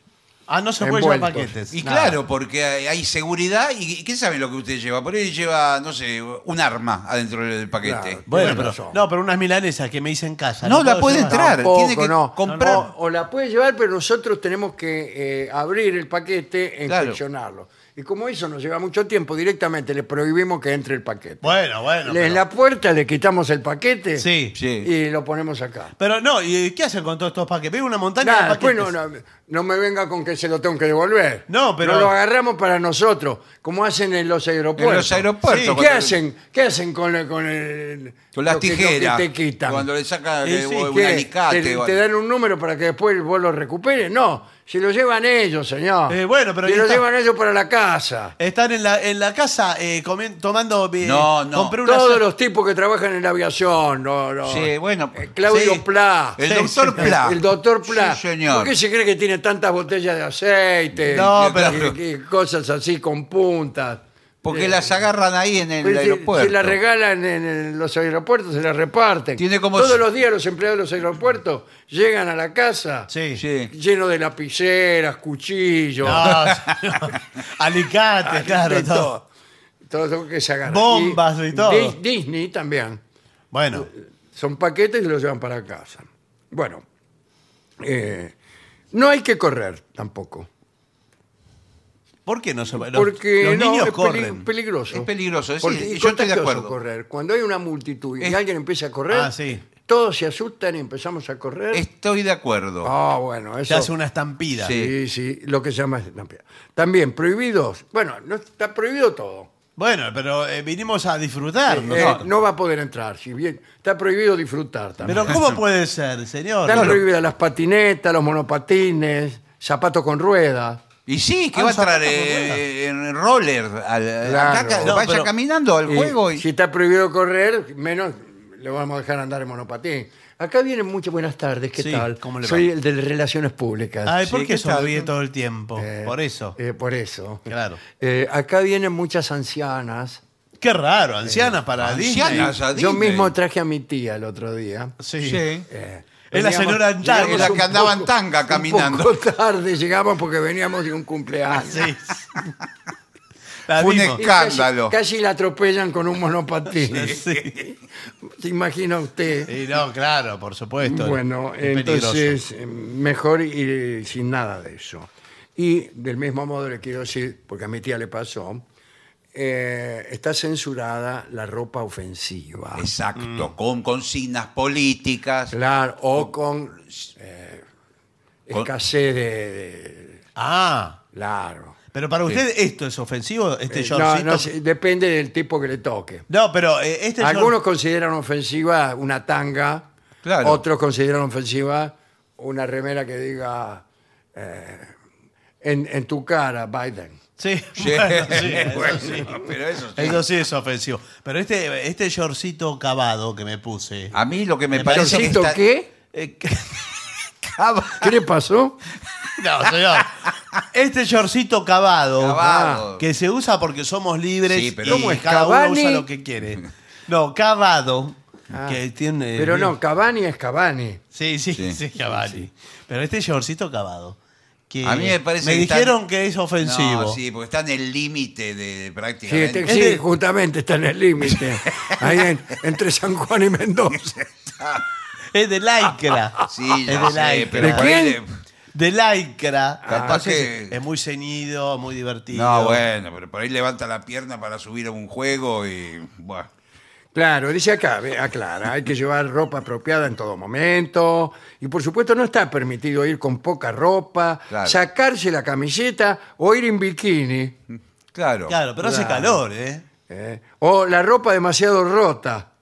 Ah, no se puede llevar
Envueltos.
paquetes.
Y
Nada.
claro, porque hay hay seguridad. ¿Y qué sabe lo que usted lleva? Por ahí lleva, no sé, un arma adentro del paquete.
Claro.
Bueno,
Bueno,
pero,
son.
no, pero unas milanesas que me hice en casa.
No la
puedo
puede
llevar?
entrar.
Tampoco,
tiene que
no.
comprar.
O, o la puede llevar, pero nosotros tenemos que eh, abrir el paquete e
Claro.
inspeccionarlo. Y Y como eso nos lleva mucho tiempo, directamente le prohibimos que entre el paquete.
Bueno, bueno.
Le- En
pero-
la puerta le quitamos el paquete
Sí.
Sí.
y lo ponemos acá.
Pero no, ¿y qué hacen con todos estos paquetes? Veo una montaña
Nada,
de paquetes.
después no, no, no me venga con que se lo tengo que devolver.
No, pero-
No lo agarramos para nosotros, como hacen en los aeropuertos.
En los aeropuertos,
¿Qué
cuando-
hacen? ¿Qué hacen con, el- con el-
Con las
lo que- lo que
tijeras.
te quitan.
Cuando le sacan
Y
eh,
sí,
un
¿Qué?
alicate.
Te,
o
te
algo.
dan un número para que después vos lo recuperes. No, se lo llevan ellos, señor.
Eh, bueno, pero
se
ahí
lo
está.
llevan ellos para la casa.
Están en la, en la casa eh, comi- tomando. eh,
No, no.
Compré una
Todos
sa-
los tipos que trabajan en la aviación. no, no.
Sí, bueno.
Eh, Claudio
sí. Eh,
Pla.
El
Sí,
doctor
sí.
Pla.
El doctor Pla.
Sí, señor.
¿Por qué se cree que tiene tantas botellas de aceite?
No,
Y-
pero-
y- y cosas así con puntas.
Porque las agarran ahí en el
Pero si-
aeropuerto.
Si las regalan en el- los aeropuertos, se las reparten.
Tiene como-
Todos los días los empleados de los aeropuertos llegan a la casa
Sí.
Sí.
lleno de lapiceras, cuchillos,
No, no. Alicate,
de
claro, todo.
Todo lo que se agarra.
Bombas y todo.
Di- Disney también.
Bueno,
Son paquetes y los llevan para casa. Bueno, eh, no hay que correr tampoco.
¿por qué no se los,
Porque
los
no,
niños
es peli-
corren?
peligroso. ¿eh?
Es peligroso, sí,
Porque- y
yo estoy de
contagioso
acuerdo.
correr. Cuando hay una multitud y
Es-
alguien empieza a correr,
Ah, sí.
todos se asustan y empezamos a correr.
Estoy de acuerdo.
Ah, bueno,
Se
eso.
hace una estampida.
Sí,
Sí.
sí, lo que se llama estampida. También prohibidos. Bueno, no está prohibido todo.
Bueno, pero eh, vinimos a disfrutar.
Eh,
nosotros.
no va a poder entrar, si bien está prohibido disfrutar también.
Pero ¿cómo puede ser, señor?
Están
Claro.
prohibidas las patinetas, los monopatines, zapatos con ruedas.
Y sí, que
Ah,
va a
un zapato
entrar
con
eh,
ruedas.
en roller. al- acá, acá,
No,
vaya
pero-
caminando al
Y
juego. Y,
Si está prohibido correr, menos le vamos a dejar andar en monopatín. Acá vienen muchas buenas tardes, ¿qué
Sí,
tal?
¿cómo le va?
Soy el de Relaciones Públicas.
Ay, ¿por
Sí,
qué
¿qué tal?
sonríe todo el tiempo?
Eh,
Por eso.
eh, por eso.
Claro.
Eh, acá vienen muchas ancianas.
Qué raro, ancianas para
eh,
Ancianas,
Disney.
a
Yo
Disney.
mismo traje a mi tía el otro día.
Sí.
Sí.
Eh,
Es la
veníamos-
señora Antán,
llegamos
es la que
un
andaba en tanga
un
caminando.
poco tarde llegamos porque veníamos de un cumpleaños.
Sí. La
Fue un
vimos.
Y
esca- Escándalo.
Casi, casi la atropellan con un monopatín.
Sí.
¿Se imagina usted?
Y no, claro, por supuesto.
Bueno,
Es peligroso.
entonces eh, mejor ir sin nada de eso. Y del mismo modo le quiero decir, porque a mi tía le pasó, eh, está censurada la ropa ofensiva.
Exacto, con consignas políticas.
Claro, o con eh,
Con-
escasez de, de-
Ah,
Claro.
pero para usted esto es ofensivo, este
Eh, no,
shortcito.
no sé, depende del tipo que le toque.
No, pero eh, este short-
Algunos consideran ofensiva una tanga,
Claro.
otros consideran ofensiva una remera que diga eh, en, en tu cara, Biden.
Sí,
Sí.
bueno, sí,
Bueno,
eso sí.
pero eso sí.
Eso sí es ofensivo. Pero este, este shortcito cavado que me puse.
A mí lo que me,
Me
parece que
¿Chorcito
está-
qué?
eh,
¿Qué le pasó?
no, señor. Este shortcito cavado, Ah.
Cavado.
que se usa porque somos libres
Sí, pero-
y
¿Cómo es,
cada uno
Cavani?
usa lo que quiere. No, cavado,
Ah,
que tiene...
Pero no, Cavani es Cavani.
Sí, sí, sí,
Sí.
Cavani. Pero este shortcito cavado. Que
A mí me parece que está-
dijeron que es ofensivo.
No, sí, porque está en el límite de
Sí,
prácticamente.
este- sí, justamente está en el límite, ahí en- entre San Juan y Mendoza.
Es de lycra.
Sí, ya
Ah, es de
sé,
lycra.
pero
¿De
por ahí
quién?
le-
De lycra.
Capaz
Entonces,
que-
Es muy ceñido, muy divertido.
No, bueno, pero por ahí levanta la pierna para subir a un juego y. Bueno.
Claro, dice acá, ve, aclara, hay que llevar ropa apropiada en todo momento y por supuesto no está permitido ir con poca ropa,
Claro.
sacarse la camiseta o ir en bikini
Claro.
Claro, pero hace
Claro.
calor, ¿eh?
eh, o la ropa demasiado rota.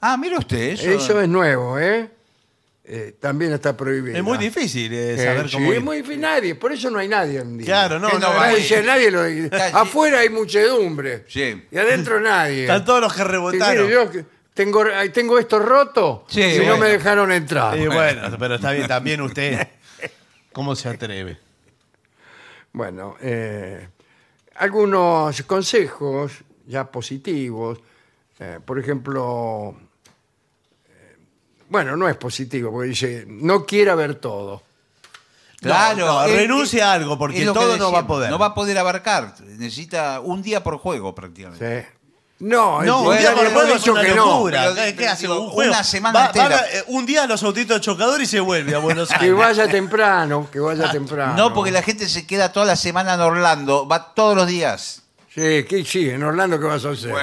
Ah, mire usted, eso.
Eso, es nuevo, ¿eh? Eh, También está prohibido.
Es muy difícil eh,
Eh,
saber
sí,
cómo.
es
ir.
muy difícil, nadie, por eso no hay nadie en día.
Claro, no,
Que
no,
no
no,
va
Nadie,
no.
ir.
nadie lo dice.
Está allí.
Afuera hay muchedumbre
Sí.
y adentro nadie.
Están todos los que
Y mire,
rebotaron.
yo que tengo, ay, tengo esto roto
Sí,
y no
bueno.
me dejaron entrar.
Y bueno, pero está bien, también usted. ¿Cómo se atreve?
Bueno, eh, algunos consejos ya positivos. eh, por ejemplo, eh, bueno, no es positivo, porque dice, no quiera ver todo.
Claro.
No, no,
es-
renuncie a algo, porque
es lo que
todo no va a
decíamos,
poder.
No va a poder abarcar. Necesita un día por juego prácticamente.
¿sí?
No,
No, el
un día
diario
por
le
el pueblo
hemos
es una
dicho que no.
locura.
Pero,
¿Qué- ¿Qué
pero
hace?
digo,
Un juego.
una semana
Va- va
entera.
a- eh, un día a los autitos chocadores y se vuelve a Buenos
Que
Aires.
vaya temprano, que
Ah,
vaya temprano.
No, porque la gente se queda toda la semana en Orlando, va todos los días.
Sí, ¿qué, sí, en Orlando, ¿qué vas a hacer?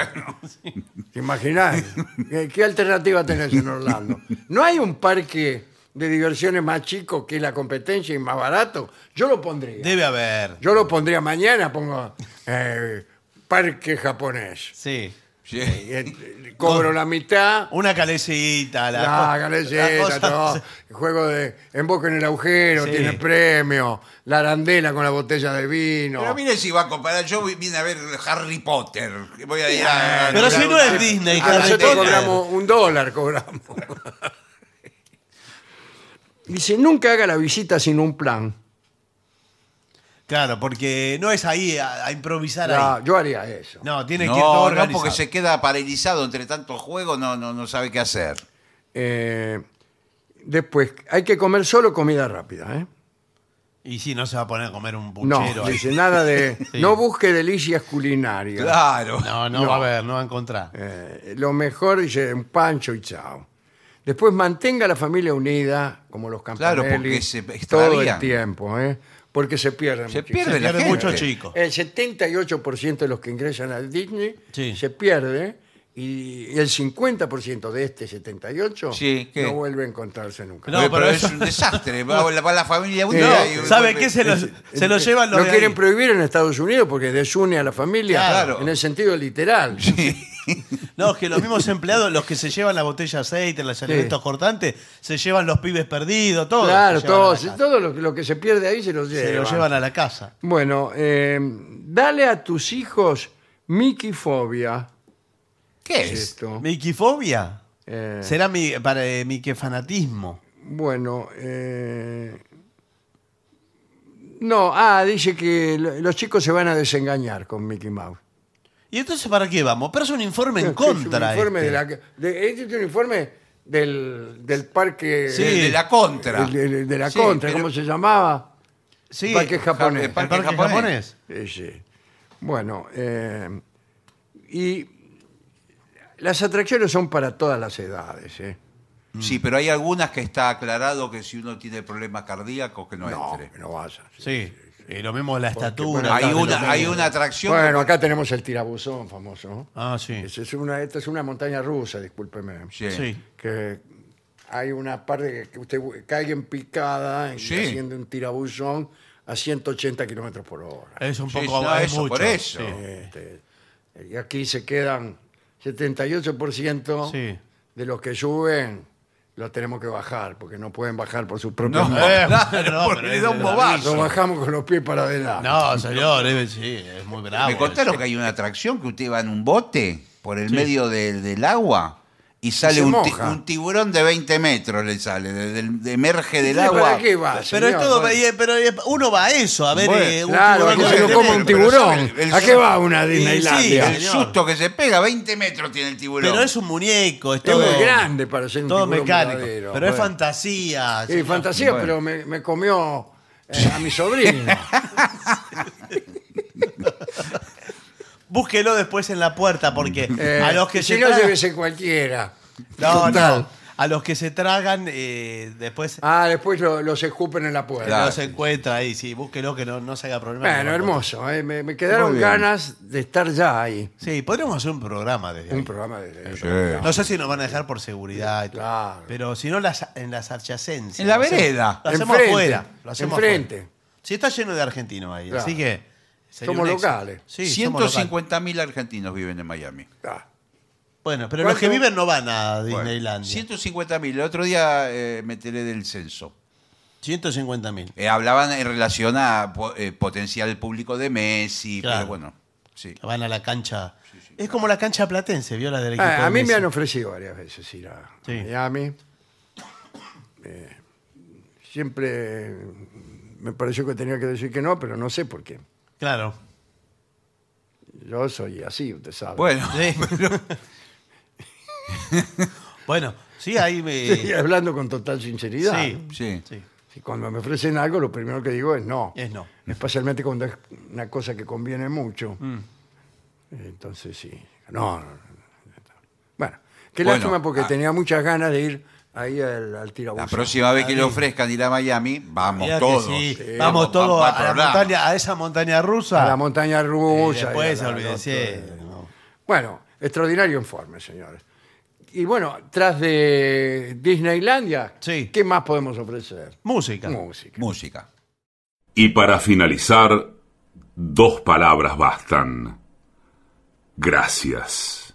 ¿Te imaginás? ¿Qué, qué alternativa tenés en Orlando? ¿No hay un parque de diversiones más chico que la competencia y más barato? Yo lo pondría.
Debe haber.
Yo lo pondría mañana, pongo eh, parque japonés.
Sí.
Y, eh, cobro la mitad,
Una calecita. La,
la
la
galeceta,
cosa-
todo. Juego de en boca en el agujero,
Sí.
tiene premio, la arandela con la botella de vino.
Pero mire si va a comparar, yo voy- vine a ver Harry Potter. Voy a ir a-
Pero si no es Disney,
Ah,
Harry
nosotros
Potter.
cobramos un dólar, cobramos. Dice, nunca haga la visita sin un plan.
Claro, porque no es ahí a, a improvisar
La-
ahí.
yo haría eso.
No, tiene que ir todo
No, no,
organizado.
porque se queda paralizado entre tantos juegos, no, no, no sabe qué hacer.
Eh, después, hay que comer solo comida rápida. ¿eh?
Y si no se va a poner a comer un puchero
No,
ahí.
dice nada de...
Sí.
No busque delicias culinarias.
Claro.
No, no,
No.
va a haber, no va a encontrar.
Eh, lo mejor, dice, un pancho y chao. Después, mantenga a la familia unida, como los
Claro, porque
campanelli,
se
todo el
extravían.
tiempo, ¿eh? porque se pierden
Se
muchísimo.
pierde la
Pierde
gente.
mucho chico.
El 78% de los que ingresan al Disney
Sí.
se pierde y el 50% de este 78
Sí, ¿qué?
no vuelve a encontrarse nunca.
No,
No, pero
pero
es
eso-
un desastre. Va la, va la familia
eh,
unida
No,
y-
¿sabe qué? Se lo, se lo llevan los
Lo
de
quieren
ahí.
prohibir en Estados Unidos porque desune a la familia
Claro.
en el sentido literal.
No, es que los mismos empleados, los que se llevan la botella de aceite, los alimentos cortantes, se llevan los pibes perdidos, todo.
claro,
se llevan a la
todo,
casa.
todo lo, que- lo que se pierde ahí se lo llevan.
Se lo llevan a la casa.
Bueno, eh, dale a tus hijos miquifobia.
¿Qué
¿Qué es
es?
esto?
¿Miquifobia?
Eh,
¿Será mi, para, eh, mi que fanatismo?
Bueno, eh, no, ah, dice que lo- los chicos se van a desengañar con Mickey Mouse.
¿Y entonces para qué vamos? Pero es un informe en
Este es un
contra.
informe
este.
de la- de- este es un informe del, del parque
De,
Sí.
de la contra.
del- del- de la
Sí,
contra,
pero-
¿cómo se llamaba?
Sí,
parque japonés.
¿el parque japonés?
Eh, sí. Bueno, eh, y las atracciones son para todas las edades. ¿eh?
Mm. Sí, pero hay algunas que está aclarado que si uno tiene problemas cardíacos que no,
No,
entre.
no vas a.
Sí, y Eh, lo mismo la estatura.
bueno,
Hay
todo,
una,
lo
hay
mismo.
una atracción.
Bueno, acá tenemos el tirabuzón famoso. ¿no?
Ah, sí.
Esa Es una, esta es una montaña rusa, discúlpeme.
Sí.
Sí.
que hay una parte que usted bu- cae en picada y
Sí.
haciendo un tirabuzón a 180 kilómetros por hora.
Es un
Sí,
poco
no,
es
eso,
mucho,
por eso.
sí.
Este, y aquí se quedan 78%
Sí.
de los que suben, los tenemos que bajar, porque no pueden bajar por sus propios
No,
manos.
Eh,
claro,
no,
porque
pero
le
es
da un
de
bobazo.
Lo bajamos con los pies para adelante.
No, señor, es, sí, es muy bravo.
Me contaron que hay una atracción que usted va en un bote por el medio del- del agua y
se
sale un, ti-
moja.
un tiburón de 20 metros, le sale, de- del- de- emerge
¿Y
del
para
agua.
qué va,
Pero es
señor?
todo, eh, pero eh, uno va a eso, a ver.
Bueno,
eh, un
Claro,
tiburón
que
no
se
de
lo come un
veinte metros.
tiburón.
pero sabe, el-
¿A qué va una
Y sí,
Disneylandia?
El
Señor.
susto que se pega, 20 metros tiene el tiburón.
Pero es un muñeco, es
Es
todo.
muy grande para ser un
todo
tiburón
mecánico.
verdadero.
Pero es
Bueno.
fantasía.
Sí,
señor.
fantasía,
Bueno.
pero me, me comió eh, a mi sobrino.
Búsquelo después en la puerta, porque
Eh,
a los que
y
se
si no,
tragan-
llévese cualquiera.
No,
Total.
no. A los que se tragan, eh, después
Ah, después lo- los escupen en la puerta.
Claro.
no se encuentra ahí. Sí, búsquelo que no, no se haga problema.
Bueno, hermoso. eh, Me, me quedaron ganas de estar ya ahí.
Sí, podríamos hacer un programa desde ahí.
Un programa de...
No sé si nos van a dejar por seguridad. y todo.
Claro.
Pero si no, las, en las adyacencias.
En la
Lo hacemos-
vereda.
Lo hacemos
Enfrente,
afuera. Lo hacemos
enfrente.
afuera. Sí, está lleno de argentinos ahí.
Claro.
Así que. sería
Somos
un éxito.
locales.
Sí, somos locales.
150.000 argentinos viven en Miami.
Ah,
Bueno, pero los que
¿Cuánto?
viven no van a
Bueno,
Disneylandia.
150.000. El otro día eh, me enteré del censo.
150 mil.
Eh, hablaban en relación a po- eh, potencial público de Messi,
Claro.
pero bueno, sí.
Van a la cancha. Es como la cancha platense, vio la del equipo.
ah, a
de
mí me
Messi.
han ofrecido varias veces ir a a
Sí.
Miami. Eh, siempre me pareció que tenía que decir que no, pero no sé por qué.
Claro.
Yo soy así, usted sabe.
Bueno,
Sí. bueno, sí, ahí me.
Sí, hablando con total sinceridad.
Sí,
sí.
sí.
Y cuando me ofrecen algo, lo primero que digo es no.
Es no.
Mm.
Especialmente cuando es una cosa que conviene mucho. Entonces sí. No. no, no. Bueno, qué
Bueno,
lástima porque
ah.
tenía muchas ganas de ir ahí al, al tirabuzón.
La próxima vez que le ofrezcan ir a Miami, vamos
Mirá que
todos.
sí,
Sí,
Vamos todos
vamos
a, la
programa.
montaña, a esa montaña rusa.
A la montaña
Y
rusa. y a
después
la-
olvídese. ¿no?
Bueno, extraordinario informe, señores. Y bueno, tras de Disneylandia,
Sí.
¿qué más podemos ofrecer?
Música.
Música.
Música.
Y para finalizar, dos palabras bastan. Gracias.